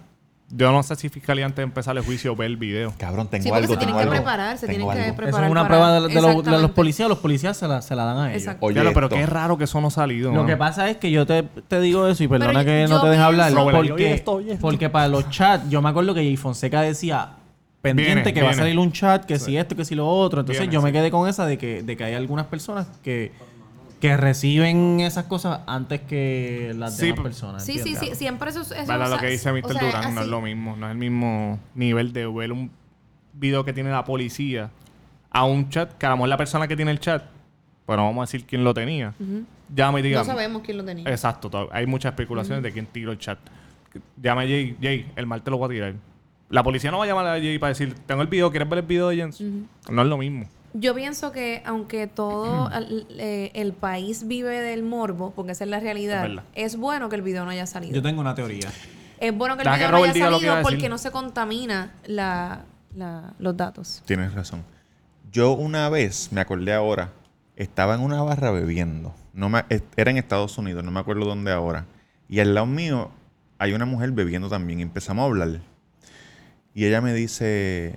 E: yo no sé si fiscalía antes de empezar el juicio ve el video.
C: Cabrón, tengo
A: Sí, porque
C: algo.
A: se tienen
C: tengo
A: que
C: algo,
A: preparar, se
C: tengo
A: tienen que
C: algo.
B: Eso
A: preparar.
B: es una
A: para-
B: prueba de, de lo- de los
A: Exactamente.
B: policías. Los policías se la, se la dan a ellos.
A: Exacto.
C: Oye,
E: Ya lo- pero
C: esto.
E: qué raro que eso no ha salido.
B: Lo
E: ¿no?
B: que pasa es que yo te, te digo eso y perdona
A: yo-
B: que
A: yo
B: no te deje hablar.
A: pienso-
E: Robert,
B: Porque,
E: oye esto, oye esto.
B: porque para los chats, yo me acuerdo que Jay Fonseca decía: pendiente
E: Viene,
B: que va a
E: viene.
B: salir un chat, que si esto, que si lo otro. Entonces
E: Viene,
B: yo me
E: sí.
B: quedé con esa de que, de que hay algunas personas que, que reciben esas cosas antes que las
E: Sí,
B: demás
E: pero-
B: personas.
A: Sí, sí,
B: ¿entiendes?
A: sí, siempre eso, eso
E: Para
A: o
E: lo
A: sea,
E: que dice
A: o
E: Mr.
A: sea,
E: Durán,
A: así.
E: no es lo mismo. No es el mismo nivel de ver un video que tiene la policía a un chat, que a lo mejor la persona que tiene el chat, pero vamos a decir quién lo tenía. Ya me digan.
A: No sabemos quién lo tenía.
E: Exacto, to- hay muchas especulaciones de quién tiró el chat. Llama a Jay, Jay, el mal te lo voy a tirar. La policía no va a llamar a Jay para decir, tengo el video, ¿quieres ver el video de Jens? No es lo mismo.
A: Yo pienso que aunque todo
E: Mm.
A: al- eh, el país vive del morbo, porque esa es la realidad,
E: Es verdad.
A: es bueno que el video no haya salido.
B: Yo tengo una teoría.
A: Es bueno que el
E: Deja
A: video
E: que
A: no
E: Robert
A: haya
E: diga lo que iba
A: salido
E: a decir.
A: porque no se contamina la, la- los datos.
C: Tienes razón. Yo una vez, me acordé ahora, estaba en una barra bebiendo. No me, es- era en Estados Unidos, no me acuerdo dónde ahora. Y al lado mío hay una mujer bebiendo también. Y empezamos a hablar. Y ella me dice,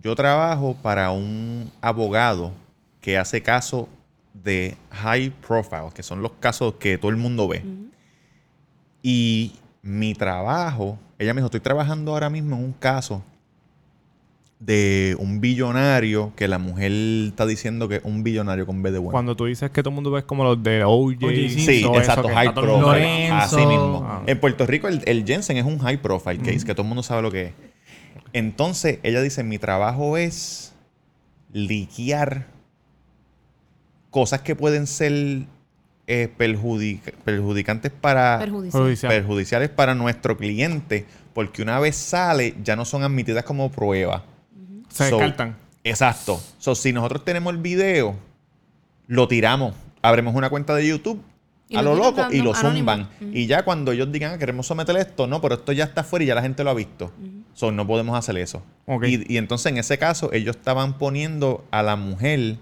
C: yo trabajo para un abogado que hace caso de high profile, que son los casos que todo el mundo ve. Y mi trabajo, ella me dijo, estoy trabajando ahora mismo en un caso de un billonario que la mujer está diciendo que es un billonario con B de bueno.
E: Cuando tú dices que todo el mundo ves como los de OJ,
B: OJ Simpson.
C: Sí,
E: todo eso
C: exacto,
E: que
C: high
E: está todo el mundo-
B: profile.
E: Lorenzo.
C: Así mismo.
E: Ah.
C: En Puerto Rico el, el Jensen es un high profile case, que todo el mundo sabe lo que es. Entonces, ella dice, mi trabajo es liquear cosas que pueden ser eh, perjudic- perjudicantes
E: Ah.
C: para...
A: Perjudicial.
E: Judicial.
C: perjudiciales para nuestro cliente, porque una vez sale, ya no son admitidas como prueba.
E: Se
C: So,
E: descartan.
C: Exacto. So, si nosotros tenemos el video, lo tiramos. Abrimos una cuenta de YouTube
A: Y
C: a
A: lo
C: lo
A: tiran
C: loco y
A: random,
C: lo
A: anónimo. Mm.
C: zumban. Y ya cuando ellos digan, "Ah, queremos someter esto, no, pero esto ya está fuera y ya la gente lo ha visto. So, no podemos hacer eso.
E: Ok.
C: Y, y entonces, en ese caso, ellos estaban poniendo a la mujer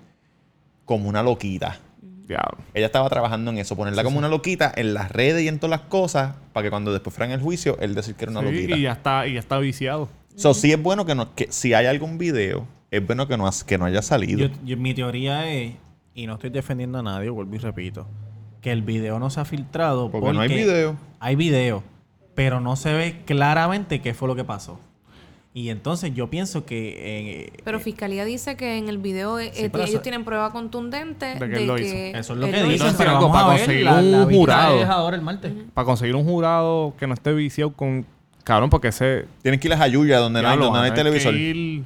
C: como una loquita.
E: Diablo.
C: Ella estaba trabajando en eso, ponerla como una loquita en las redes y en todas las cosas, para que cuando después fueran el juicio, él decir que era una
E: Sí,
C: loquita.
E: y ya está, y ya está viciado.
C: So, sí es bueno que, no, que si hay algún video, es bueno que no, has- que no haya salido.
B: Yo- yo- mi teoría es, y no estoy defendiendo a nadie, vuelvo y repito, que el video no se ha filtrado
C: Porque no hay video.
B: Hay video, pero no se ve claramente qué fue lo que pasó. Y entonces yo pienso que... eh,
A: Pero
B: eh,
A: Fiscalía dice que en el video eh,
B: Sí,
A: eh,
B: pero
A: ellos
B: eso-
A: tienen prueba contundente
E: De
A: de
E: que
A: que,
E: él lo hizo.
B: eso es lo
A: él
B: que dicen,
E: hizo.
B: pero
E: Algo
B: vamos
E: para
B: a ver,
E: conseguir
B: la-
E: un
B: la vista
E: jurado.
B: es ahora el martes.
E: Para conseguir un jurado que no esté viciado con... Cabrón, porque ese...
C: Tienes que ir a Jayuya, donde no hay,
E: Diablo,
C: donde no hay
E: hay que
C: televisor.
E: ir-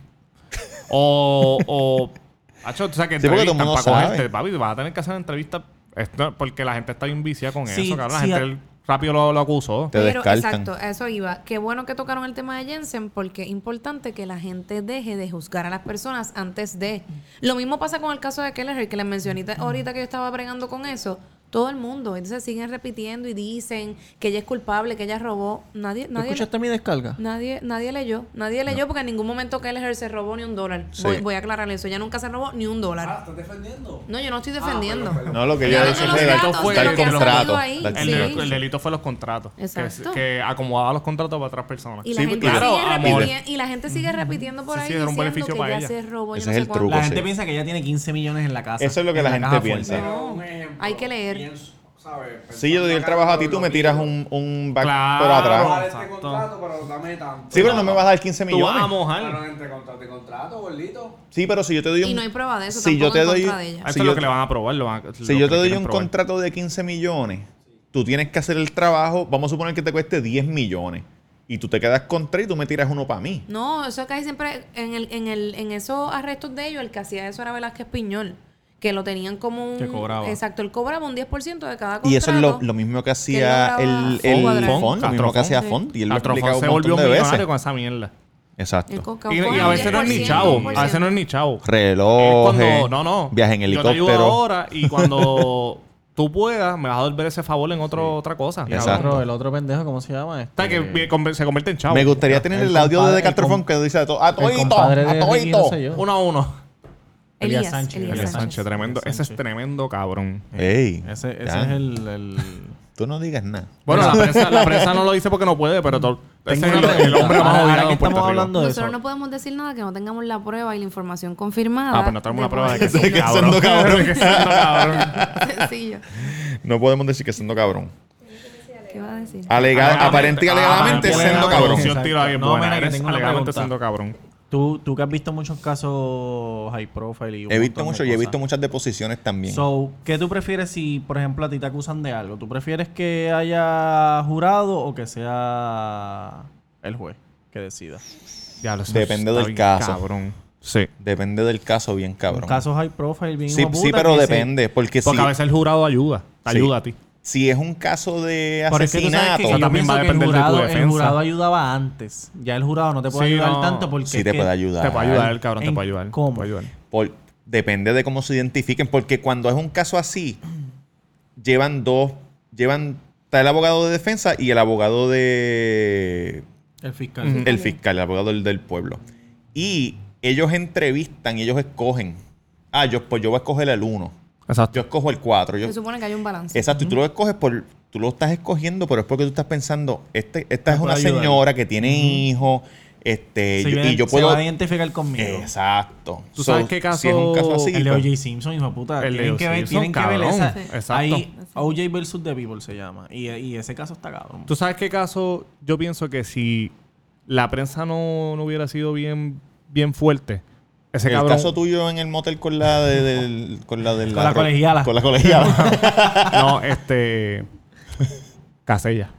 E: O... o Acho, tú sabes que
C: Sí, porque todo el
E: entrevistan
C: mundo
E: para
C: sabe.
E: cogerte, papi. Vas a tener que hacer entrevistas... Esto- porque la gente está bien viciada con
B: Sí,
E: eso, cabrón. La
B: sí,
E: gente
B: a-
E: el- rápido lo, lo acusó.
C: Te
A: Pero,
C: descartan.
A: exacto, a eso iba. Qué bueno que tocaron el tema de Jensen porque es importante que la gente deje de juzgar a las personas antes de. Lo mismo pasa con el caso de Kelleher, que les mencioné ahorita- ahorita que yo estaba bregando con eso. Todo el mundo. Entonces siguen repitiendo y dicen que ella es culpable, que ella robó. Nadie,
B: ¿Tú
A: nadie,
B: escuchaste mi descarga?
A: nadie, nadie leyó. Nadie leyó porque en ningún momento Kelleher se robó ni un dólar.
C: Sí.
A: Voy, voy a aclarar eso. Ella nunca se robó ni un dólar.
H: ¿Estás defendiendo?
A: No, yo no estoy defendiendo.
C: No, lo que
A: Ella
C: ella
A: habla
C: dice
A: de
C: es
A: los
C: de
A: datos,
C: dar-
A: de
C: dar
A: lo que ha
C: contrato.
A: salido ahí.
C: dar
E: El,
A: Sí.
C: contrato.
E: delito, el delito fue los contratos. que-
A: Exacto.
E: Que, acomodaba los contratos para otras personas.
A: Y la,
C: Sí,
A: gente
C: porque-
E: Claro,
A: sigue
E: amor.
A: repitiendo, y la gente sigue repitiendo por
E: Sí,
A: ahí
E: sí, era un
A: diciendo
E: beneficio
A: que
E: para
A: ya
E: ella.
A: se robó, yo
C: Ese
A: no
C: es
A: sé
C: el
A: cuánto.
C: truco.
B: La
C: Sí.
B: gente piensa que ella tiene 15 millones en la casa.
C: Eso es lo que
B: en
C: la gente
B: caja
C: piensa.
B: fuerte.
H: Pero un ejemplo,
A: Hay que leer.
H: pienso, ¿sabes?
C: Si yo te doy el trabajo a ti, tú me tiras un, un back
E: Claro.
C: por
H: Voy a
C: atrás.
H: dar este
E: Exacto.
H: contrato, pero dame tanto.
C: Sí, pero no me vas a dar 15
E: Tú vas a
C: millones.
E: mojar.
H: Pero entre contrato y contrato, bolito.
C: Sí, pero si yo te doy un...
A: Y no hay prueba de eso.
C: Si yo
A: tampoco
C: te
A: en
C: doy...
A: contra de ella.
E: Eso
C: si
E: es lo
C: yo-
E: que le van a probar. Lo van a-
C: Si yo
E: lo que
C: te
E: le
C: doy
E: quieren
C: un
E: probar.
C: contrato de 15 millones, tú tienes que hacer el trabajo, vamos a suponer que te cueste 10 millones, y tú te quedas con 3 y tú me tiras uno para mí.
A: No, eso casi siempre en el, en el, en esos arrestos de ellos, el que hacía eso era Velázquez Piñol, que lo tenían como un
B: Que cobraba.
A: Exacto, él cobraba un 10% de cada contrato.
C: Y eso es lo, lo mismo que hacía
A: Que él lograba
C: el, el
A: Font,
C: Font,
E: Font,
C: lo mismo que
E: Castrofón.
C: hacía Font, y él lo
E: Castrofón
C: explicaba un
E: se volvió
C: montón de
E: millonario
C: veces.
E: con esa mierda.
A: El
C: Exacto.
A: coca-
E: Y, y a
A: coca-
E: veces no es ni
A: 10%,
E: chavo. A
A: 10%.
E: veces no es ni chavo. Es
C: Relojes,
E: cuando- no, no.
C: eh, viaje en helicóptero.
E: Yo te ayudo ahora y cuando tú puedas, me vas a devolver ese favor en otro, otra cosa.
B: El
C: Exacto. Eh,
B: otro, el otro pendejo, ¿cómo se llama?
E: Hasta que
B: Este,
E: vi- conver- se convierte en chavo.
C: Me gustaría tener
B: El
C: el, audio
B: compadre-
C: de Castrofón
B: el
C: que dice a to- a
B: el
C: toito,
B: compadre de
C: a
B: Ricky, no sé
C: toito.
B: yo.
E: Uno a uno.
A: Elías,
B: Elías Sánchez,
A: Sánchez. Elías,
E: Elías
A: Sánchez.
E: Sánchez, tremendo.
B: Elías
E: Ese es
B: Sánchez.
E: tremendo cabrón.
C: Ey,
B: Ese, ese
C: ya,
B: es el... el-
C: tú no digas nada.
E: Bueno, la prensa, la prensa no lo dice porque no puede, pero to- ese es
B: Tengo
E: el,
B: una
E: el hombre
B: pregunta.
E: más
B: Ahora
E: odiado
B: que
E: en Puerto
B: estamos
E: Rico.
B: hablando de eso.
A: Nosotros no podemos decir nada que no tengamos la prueba y la información confirmada.
E: Ah, pero no tenemos una
A: de
E: prueba de que
A: poder
E: es
A: decirlo.
E: cabrón.
C: siendo cabrón.
E: Que siendo cabrón.
A: Sencillo.
C: No podemos decir que siendo cabrón.
A: ¿Qué va a decir?
C: Alega- aparente y alegadamente
E: Ah,
C: siendo
E: Alegadamente,
C: cabrón.
E: producción tira bien
B: No,
E: buena.
B: mira, que
E: Eres
B: tengo una
E: alegadamente
B: pregunta.
E: siendo cabrón.
B: Tú, tú que has visto muchos casos high profile y un
C: He visto
B: montón de
C: mucho y he
B: cosas.
C: visto muchas deposiciones también.
B: So, ¿qué tú prefieres si, por ejemplo, a ti te acusan de algo? ¿Tú prefieres que haya jurado o que sea el juez que decida?
E: Diablo, eso
C: Depende
E: está
C: del
E: bien
C: caso.
E: Cabrón. Sí.
C: Depende del caso, bien cabrón.
B: Casos high profile, bien
C: sí,
B: hijo de
C: sí,
B: puta,
C: pero
B: que se-
C: depende. Porque,
E: Porque
C: si,
E: a veces el jurado ayuda. Te
C: Sí.
E: ayuda a ti.
C: si es un caso de
B: Pero es que tú sabes
C: asesinato,
B: que yo
E: Eso también
B: pienso
E: va
B: que
E: a
B: el
E: depender de tu
B: jurado, el
E: defensa.
B: jurado ayudaba antes. Ya el jurado no te puede
E: Sí,
B: ayudar
E: no.
B: tanto porque...
C: sí
B: es
C: te
B: que-
C: puede ayudar.
E: Te puede ayudar, el cabrón, te
B: ¿En
E: puede ayudar.
B: cómo?
E: Te puede ayudar.
C: Por- depende de cómo se identifiquen, porque cuando es un caso así, llevan dos, llevan, está el abogado de defensa y el abogado de
B: El fiscal.
E: Ujú.
C: el fiscal, el abogado del, del pueblo. Y ellos entrevistan y ellos escogen. Ah, yo, pues yo voy a escoger el uno Yo
E: Exacto.
C: escojo el cuatro Yo,
A: Se supone que hay un balance.
C: Exacto, y tú lo escoges por. Tú lo estás escogiendo, pero es porque tú estás pensando, este, esta es
B: puedo
C: una
B: ayudar.
C: señora que tiene hijos, este,
B: Se
C: yo-
B: viene-
C: y yo
B: se
C: puedo. Eh,
B: va a identificar conmigo.
C: Exacto.
E: ¿Tú sabes qué caso-
C: Si es un caso así,
B: El de
C: pues,
B: O.J. Simpson, hijo de puta.
E: El de
B: tienen
E: O.J.
B: que ver, tienen
E: Simpson,
B: que ver
E: cabrón.
B: esa.
E: Sí. Exacto.
B: Ahí, O.J. versus The People se llama. Y, y ese caso está cabrón.
E: ¿Tú sabes qué caso? Yo pienso que si la prensa no, no hubiera sido bien, bien fuerte, ese
C: el
E: cabrón.
C: caso tuyo en el motel con la de- del- con la de
B: Con la colegiala.
C: Con la colegiala.
E: No, este. Casella.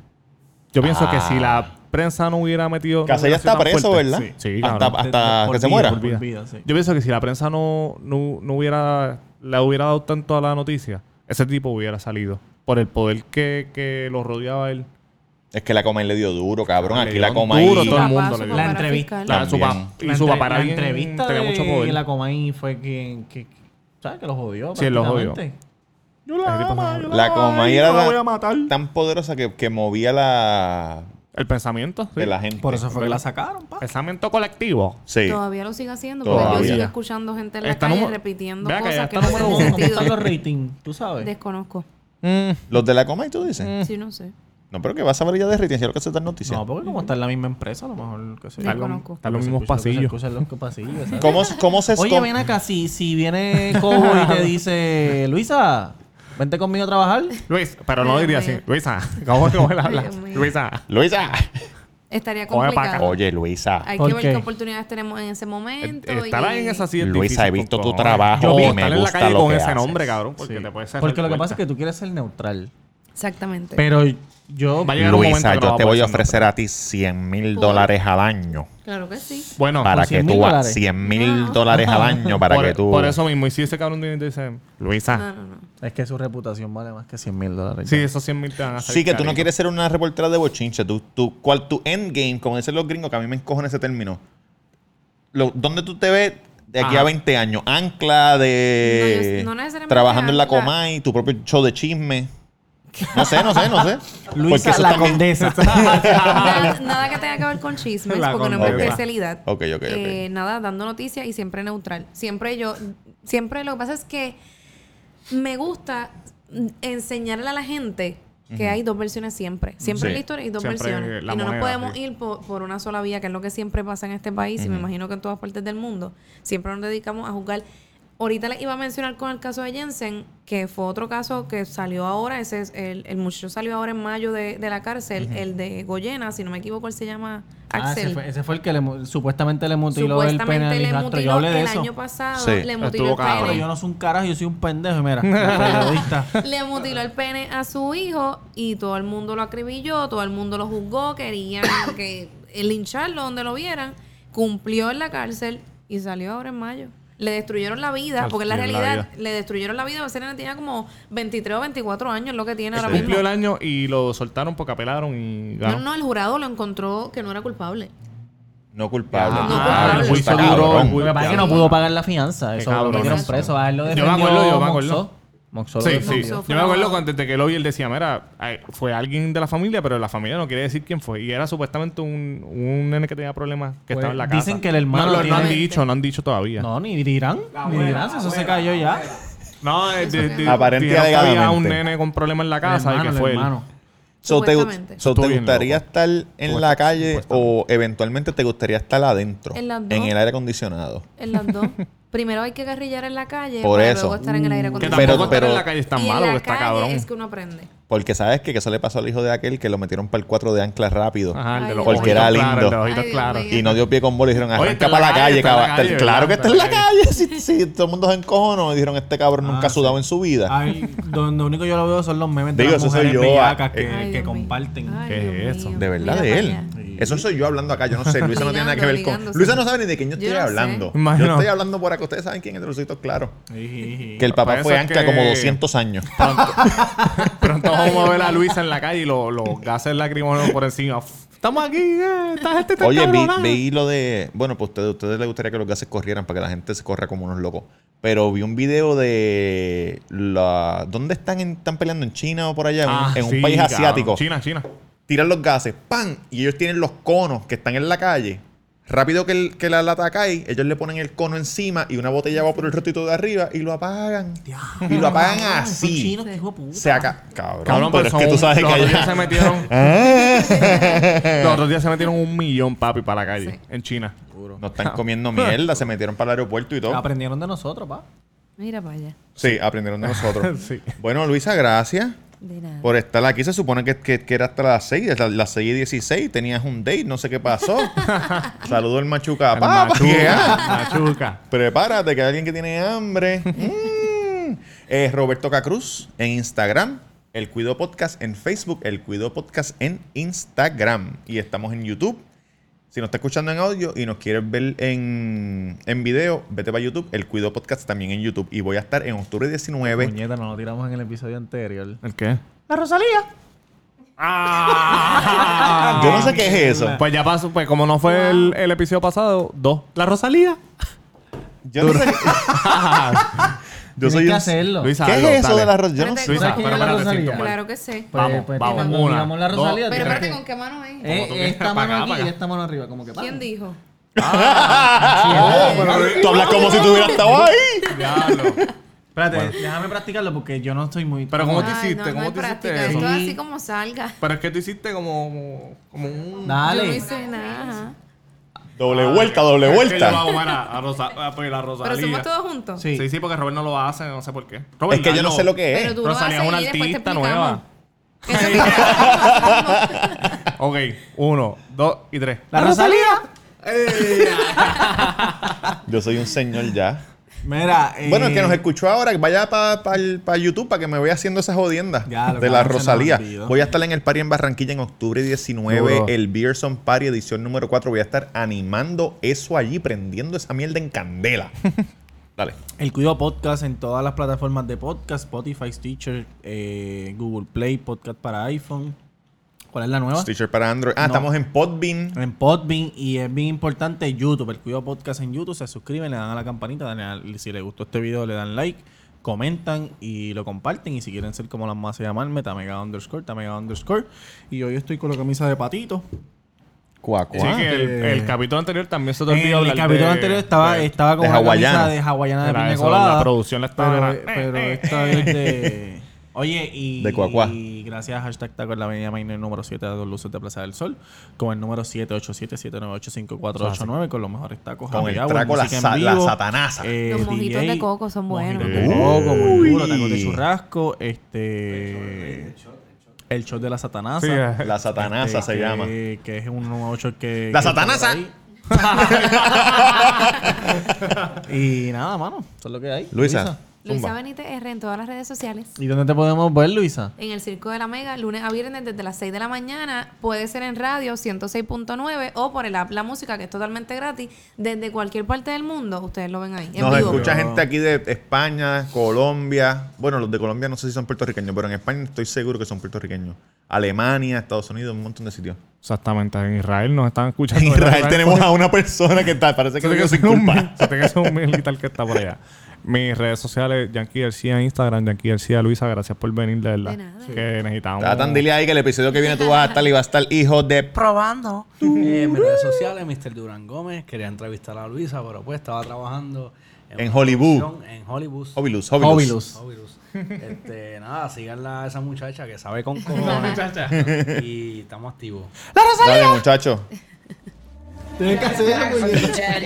E: Yo pienso que si la prensa no hubiera metido. no
C: Ah. Casella
E: hubiera sido
C: está
E: tan
C: preso,
E: fuerte-
C: ¿verdad?
E: Sí, sí,
C: Hasta-
E: cabrón.
C: hasta
B: Por
C: que se
B: vida,
C: muera.
B: por vida, sí.
E: Yo pienso que si la prensa no, no, no hubiera le hubiera dado tanto a la noticia, ese tipo hubiera salido. Por el poder que, que lo rodeaba a él.
C: es que la Comay le dio duro, cabrón.
E: Ah, Le
C: Aquí
E: dio
C: la
E: un
C: Comay.
E: duro,
A: Su
E: todo el
A: papá,
E: mundo
A: su
E: le dio.
A: papá era
B: La entrevista-
A: fiscal.
E: Claro, su
C: También.
E: pa- y
B: La
E: su
B: entre-
E: papá era
B: la
E: bien-
B: entrevista
E: tenía
B: de,
E: mucho poder.
B: la Comay fue quien, que, que- ¿sabes? Que lo jodió
E: Sí, lo jodió.
B: prácticamente.
E: Yo la
B: Ese tipo
E: amo,
B: no-
E: yo
C: La
E: amo,
C: Comay
E: yo
C: era
E: la voy
C: la-
E: a matar.
C: tan poderosa que, que movía la
E: El pensamiento. sí.
C: de la gente.
B: Por eso fue que la sacaron, pa.
E: Pensamiento colectivo.
C: Sí.
A: Todavía lo sigue haciendo porque yo
C: Todavía.
A: sigo escuchando gente en la
E: Está
A: calle
E: número-
A: repitiendo
E: Vea que
A: cosas
E: ya
A: que
E: está
A: no tienen
B: ¿Cómo, cómo
A: sentido.
B: están los ratings? ¿Tú sabes?
A: Desconozco.
C: Los de la Comay, tú dices.
A: Sí, no sé.
C: No, pero que vas a ver ya de rating, si es lo que se está en noticias.
B: No, porque como está en la misma empresa, a lo mejor... Que se,
A: Tal- Desconozco.
E: Están los mismos
B: Se
E: pasillos.
B: escuchan los pasillos, ¿sabes?
C: ¿Cómo, cómo se
B: Oye,
C: esco-
B: ven acá, si, si viene Cobo y te dice, Luisa, vente conmigo a trabajar.
E: Luis, pero no lo diría así. Luisa, ¿cómo es que voy a hablar?
A: Dios mío.
E: Luisa.
C: Luisa.
A: Estaría
E: Coge pa' acá.
A: complicado.
C: Oye, Luisa.
A: Hay
B: ¿Por
A: que ver qué
B: qué?
A: oportunidades tenemos en ese momento.
E: E- Estar ahí en esa silla. es
C: Luisa, he
E: difícil,
C: visto tu
E: cojones.
C: trabajo
E: Yo
C: y
E: vi
C: me
E: estar en la
C: gusta
E: calle
C: lo
E: con
C: que
E: ese
C: haces.
E: nombre, cabrón, porque te puedes cerrar
B: Porque lo que
E: puertas.
B: pasa es que tú quieres ser neutral.
A: Exactamente.
B: Pero yo...
E: Va a llegar un momento
C: Luisa,
E: que no va
C: yo te
E: poder
C: voy a
E: ser neutral.
C: ofrecer a ti 100 mil dólares al año.
A: claro que sí.
E: Bueno, pues,
C: para
B: por 100
C: que
B: mil
C: tú hagas
B: dólares.
C: 100 mil dólares al año para
E: por, e-,
C: que tú.
E: por eso mismo. Y si ese cabrón viene y te dice, Luisa.
A: No, no, no.
B: Es que su reputación vale más que 100 mil dólares.
E: Sí, esos 100 mil te van a salir
C: Sí, que tú no
E: carito.
C: quieres ser una reportera de bochinche. Tú, tú, ¿Cuál tu endgame? Como dicen los gringos, que a mí me encojan ese término. Lo- ¿Dónde tú te ves de aquí
E: Ajá.
C: a 20 años? Ancla de.
A: No, yo- no necesariamente
C: trabajando en la
A: ancla.
C: Comay, tu propio show de chisme. No sé, no sé, no sé. Porque
B: Luisa,
C: eso
B: la
C: también-
B: condesa.
A: nada, nada que tenga que ver con chismes,
E: La
A: porque no es mi
C: condesa.
A: especialidad.
C: Ok, ok, ok.
A: Eh, nada, dando noticias y siempre neutral. Siempre yo, siempre lo que pasa es que me gusta mm, enseñarle a la gente que hay dos versiones siempre. Siempre
C: Sí.
A: en la historia hay dos
E: Siempre
A: versiones. Y
E: la
A: no nos
E: moneda,
A: podemos
E: sí.
A: ir por, por una sola vía, que es lo que siempre pasa en este país y me imagino que en todas partes del mundo. Siempre nos dedicamos a juzgar. Ahorita les iba a mencionar con el caso de Jensen, que fue otro caso que salió ahora. Ese es el, el muchacho salió ahora en mayo de, de la cárcel. El de Goyena, si no me equivoco, él se llama
B: Ah,
A: Axel
B: ese, fue, ese fue el que le mu- supuestamente le mutiló el pene
A: supuestamente
B: al
A: le
B: hijastro. Yo
A: mutiló
B: hablé de
A: el
B: eso. Ah,
A: año pasado, Ah,
C: Sí.
A: le mutiló
E: Estuvo
A: el
E: cabrón.
B: Pero
A: pene.
B: yo no soy un carajo, yo soy un pendejo. Mira, periodista.
A: Le mutiló el pene a su hijo y todo el mundo lo acribilló, todo el mundo lo juzgó, querían que lincharlo donde lo vieran. Cumplió en la cárcel y salió ahora en mayo. Le destruyeron la vida, porque es la
E: Destruyeron la
A: realidad, le destruyeron la vida. Barcelona tenía como 23 o 24 años, lo que tiene ahora mismo.
E: Cumplió el año y lo soltaron porque apelaron y
A: No,
E: ganó.
A: no, el jurado lo encontró que no era culpable.
C: No culpable.
A: No
C: Ah,
A: culpable.
C: eso está
E: Juicio duro,
C: cabrón.
E: juicio-
B: Lo que pasa es que no pudo pagar la fianza.
E: Qué
B: Eso lo
E: cabrón.
B: metieron
A: Exacto.
B: preso. A él lo
E: Yo me
B: defendió
E: acuerdo, yo me
B: Moxó.
E: acuerdo.
B: Moxó lo
E: Sí, sí.
B: defendió.
A: Moxó
E: Yo
A: fue
E: me
A: la-
E: acuerdo cuando desde que lo vi, él decía, mira, ay, fue alguien de la familia, pero la familia no quiere decir quién fue. Y era supuestamente un, un nene que tenía problemas que
B: Pues,
E: estaba en la casa.
B: dicen que el hermano
E: No, no, no han
B: tiene-
E: dicho, no han dicho todavía. No,
B: No, ni dirán. Ni dirán. Eso se cayó ya.
E: eh, de- de-
C: Aparente y
E: dijeron que había un
C: alegadamente.
E: nene con problemas en la casa
B: El
E: y que
B: hermano,
E: fue
B: el
E: él.
B: hermano.
C: So, te,
A: Supuestamente.
C: so,
E: Estuvo
C: ¿te
E: bien
C: gustaría
E: loco.
C: estar en la calle o eventualmente te gustaría estar adentro?
A: En las dos.
C: el aire acondicionado.
A: En las dos. primero hay que guerrillar en la calle
C: Por
A: para
C: eso.
A: luego estar en el aire
E: Que
A: acondicionado.
E: tampoco
C: Pero- pero-
E: estar en la calle es tan
A: Y en
E: malo
A: la
E: que está
A: calle
E: cabrón.
A: Es que uno aprende.
C: Porque sabes que, que eso le pasó al hijo de aquel que lo metieron para el 4 de ancla rápido.
E: Ajá, el de
A: Ay,
E: los
A: Porque
E: ojitos
C: era
E: claros, el
C: lindo.
E: de los ojitos
A: Ay, Dios
E: claros.
A: mío.
C: Y no dio pie con bola y dijeron, ajá,
E: Oye, está
C: arranca
E: en la
C: para la calle,
E: calle, está en la
C: cabrón.
E: calle,
C: Claro que
E: ¿verdad?
C: está en la
E: Está en la
C: calle. Si, si todo el mundo se encojonó, y dijeron, este cabrón nunca
B: Ah,
C: ha sudado
B: sí.
C: en su vida.
B: Ay, lo, lo único que yo lo veo son los memes de
C: Digo,
B: las
C: eso soy
B: mujeres
C: yo,
B: bellacas
C: ah,
B: que,
C: eh.
A: Ay,
B: que
A: Dios mío.
B: comparten.
A: Ay,
E: ¿Qué
A: Dios
E: es eso?
A: mío.
C: De verdad,
A: Mira
C: de
A: para
C: él.
A: allá.
C: Eso soy yo hablando acá. Yo no sé, Luisa no tiene nada que ver con.
A: Ligando, ligando,
C: Luisa
A: sí.
C: no sabe ni de quién yo estoy
A: Yo no sé.
C: hablando.
E: Imagino.
C: Yo estoy hablando por acá. Ustedes saben quién es de los hitos claros.
B: Iji,
C: Que el
E: Para
C: papá
E: eso
C: fue
E: es
C: ancla
E: que-
C: como 200 años.
E: Pronto vamos a ver a Luisa en la calle y los, los gases lacrimógenos por encima. Estamos aquí, eh, esta gente está
C: Oye, vi,
E: encabronada.
C: vi lo de. Bueno, pues ustedes, ustedes les gustaría que los gases corrieran para que la gente se corra como unos locos. Pero vi un video de. La, ¿Dónde están? en- están peleando? ¿En China o por allá? En un-
E: Ah,
C: en un
E: sí,
C: país
E: cabrón.
C: asiático.
E: China, China.
C: Tiran los gases, ¡pam! Y ellos tienen los conos que están en la calle. Rápido que, el- que la lata cae, ellos le ponen el cono encima y una botella va por el rotito de arriba y lo apagan. Y lo apagan así. Se acá. Cabrón,
E: Cabrón,
C: pero,
E: pero
C: es que
E: son
C: tú
E: un-
C: sabes que
E: los otros días
C: allá. ¿Eh?
E: se metieron. los otros días se metieron un millón, papi, para la calle. En China.
C: No están comiendo mierda, se metieron para el aeropuerto y todo.
B: Aprendieron de nosotros, pa.
A: Mira para allá.
C: Sí, aprendieron de nosotros.
E: Sí.
C: Bueno, Luisa, gracias
A: De nada.
E: Pues,
C: por estar aquí. Se supone que, que- que era hasta las 6, las, las 6 y 16. Tenías un date, no sé qué pasó. Saludo al machuca.
E: En
C: Papá, ¿qué
E: Machuca.
C: hay?
E: Machuca.
C: Prepárate, que hay alguien que tiene hambre. Mm. Eh, Roberto Cacruz en Instagram. El Cuido Podcast en Facebook. El Cuido Podcast en Instagram. Y estamos en YouTube. Si nos está escuchando en audio y nos quieres ver en, en video, vete para YouTube. El Cuido Podcast también en YouTube. Y voy a estar en octubre 19
B: Puñeta, no lo tiramos en el episodio anterior.
E: ¿El qué?
B: ¡La Rosalía!
E: Ah.
C: Yo no sé qué es
B: Ah,
C: eso.
E: Pues ya pasó, pues como no fue el, el episodio pasado, dos. La Rosalía.
C: Yo no sé qué- Yo
B: Tienes
C: soy
B: que
C: un-
B: hacerlo.
E: Luisa,
C: ¿Qué es
E: hazlo,
C: eso
E: dale.
C: de la ro- Yo no
A: Espérate,
C: sé.
E: Luisa,
A: ¿quién
E: pero
A: es la
E: espérate,
A: Rosalía?
E: siento mal.
A: Claro que sí.
E: Pues,
B: Pues,
E: Vamos, vamos,
B: cuando
E: una,
B: digamos la
E: dos.
B: Rosalía,
A: Pero
B: tienes
A: espérate,
B: que-
A: ¿con qué mano es?
B: Eh,
E: Como tú quieras,
B: esta
E: pa'
B: mano
E: acá,
B: aquí
E: pa' acá.
B: y esta mano arriba, como que pa.
A: ¿Quién dijo?
E: Ah, Oh,
C: Ah, Tú hablas como si tú hubieras estado ahí.
E: Diablo.
B: Espérate, déjame practicarlo porque yo no estoy muy.
E: Pero ¿cómo te
A: Ay,
E: hiciste?
A: no, no
E: ¿Cómo
A: hay
E: te
A: práctica.
E: hiciste eso?
A: Esto es
B: Sí.
A: así como salga.
E: Pero es que tú hiciste como, como, como un...
A: Yo no
B: Dale.
A: hice nada.
C: Doble vuelta, doble
E: Ah, Es que yo
C: vuelta.
E: hago a, a Rosa- a- pues, la Rosalía.
A: Pero somos todos juntos.
B: Sí.
E: Sí, sí, porque Robert no lo hace, no sé por qué. Robert,
C: Es que yo no
E: dalo.
C: sé lo que
A: Pero
C: es.
A: tú lo haces
E: Rosalía es una
A: y después te
E: artista
A: explicamos.
E: nueva.
A: Eso es lo que hacemos.
E: Ok, uno, dos y tres.
B: ¡La Rosalía!
C: Yo soy un señor ya.
B: Mira. eh,
C: Bueno, el que nos escuchó ahora, que vaya para YouTube para que me vaya haciendo esas jodiendas
B: Ya, lo
C: de
B: que
C: la
B: no se nos
C: Rosalía.
B: olvidó.
C: Voy a estar en el party en Barranquilla en octubre 19,
E: Duro.
C: el Beerson Party edición número 4. Voy a estar animando eso allí, prendiendo esa mierda en candela. Dale.
B: El Cuido Podcast en todas las plataformas de podcast: Spotify, Stitcher, eh, Google Play, Podcast para iPhone. ¿Cuál es la nueva?
C: Stitcher para Android. Ah,
B: No.
C: estamos en Podbean.
B: En Podbean y es bien importante YouTube. El Cuido Podcast en YouTube. Se suscriben, le dan a la campanita. dan al- si les gustó este video, le dan like, comentan y lo comparten. Y si quieren ser como las más se llaman, metamega underscore, tamega underscore. Y hoy estoy con la camisa de patito.
C: Cuá,
E: Sí,
C: cuá.
E: que el, el capítulo anterior también se te
B: En
E: olvidó
B: el
E: hablar
B: capítulo
E: de-
B: anterior estaba,
E: de-
B: estaba con
C: de
B: una
C: hawaiana.
B: camisa de hawaiana de
E: Era
B: piña
E: eso,
B: colada.
E: la producción la estaba- eh,
B: Pero, eh, pero esta es de... Oye, y,
C: De cuacuá.
B: y gracias a hashtag Taco en la Avenida Main, el número 7 de dos luces de Plaza del Sol, con el número 787-798-5489, con los mejores tacos.
C: Con
B: happy
C: el
B: hour,
C: trago la,
B: música en
C: sa- la
B: vivo,
C: satanaza.
B: eh,
A: Los mojitos
B: DJ,
A: de coco son buenos.
B: Mojitos de
C: Uy.
B: coco, muy duro, tacos de churrasco, este... El shot de la satanaza.
E: Sí, eh.
C: la satanaza
B: Este,
C: se
B: que-
C: llama.
B: Que es un nuevo shot que...
C: ¡La
B: que está por
C: satanaza!
B: ahí. Y nada, mano. Eso es lo que hay.
C: Luisa.
A: Luisa
C: zumba.
A: Benítez R en todas las redes sociales.
B: ¿Y dónde te podemos ver, Luisa?
A: En el Circo de la Mega, lunes a viernes desde las 6 de la mañana. Puede ser en radio 106.9 o por el app La Música, que es totalmente gratis. Desde cualquier parte del mundo, ustedes lo ven ahí. En
C: Nos
A: vivo.
C: escucha gente aquí de España, Colombia. Bueno, los de Colombia no sé si son puertorriqueños, pero en España estoy seguro que son puertorriqueños. Alemania, Estados Unidos, un montón de sitios.
E: Exactamente, en Israel nos están escuchando.
C: En Israel tenemos
E: Se
C: a una persona que está, parece que
E: tiene
C: no
E: que
C: sin
E: ser un
C: culpa.
E: mil- se tiene que ser un militar que está por allá. Mis redes sociales, Yankee García en Instagram, Yankee García Luisa, gracias por venir, de verdad.
A: De nada.
E: Que necesitamos.
C: Tratan, dile ahí que el episodio que viene tú vas a estar y va a estar hijo de...
I: Probando. Eh, mis redes sociales, Mr. Durán Gómez. Quería entrevistar a Luisa, pero pues estaba trabajando
C: En
I: una
C: Hollywood.
I: producción En Hollywood.
C: Hobilus, Hobilus.
I: Hobilus. Este, nada, síganla a esa muchacha que sabe con cojones. y estamos activos.
C: Dale, muchacho.
B: Tienes que hacerlo,
D: Richard.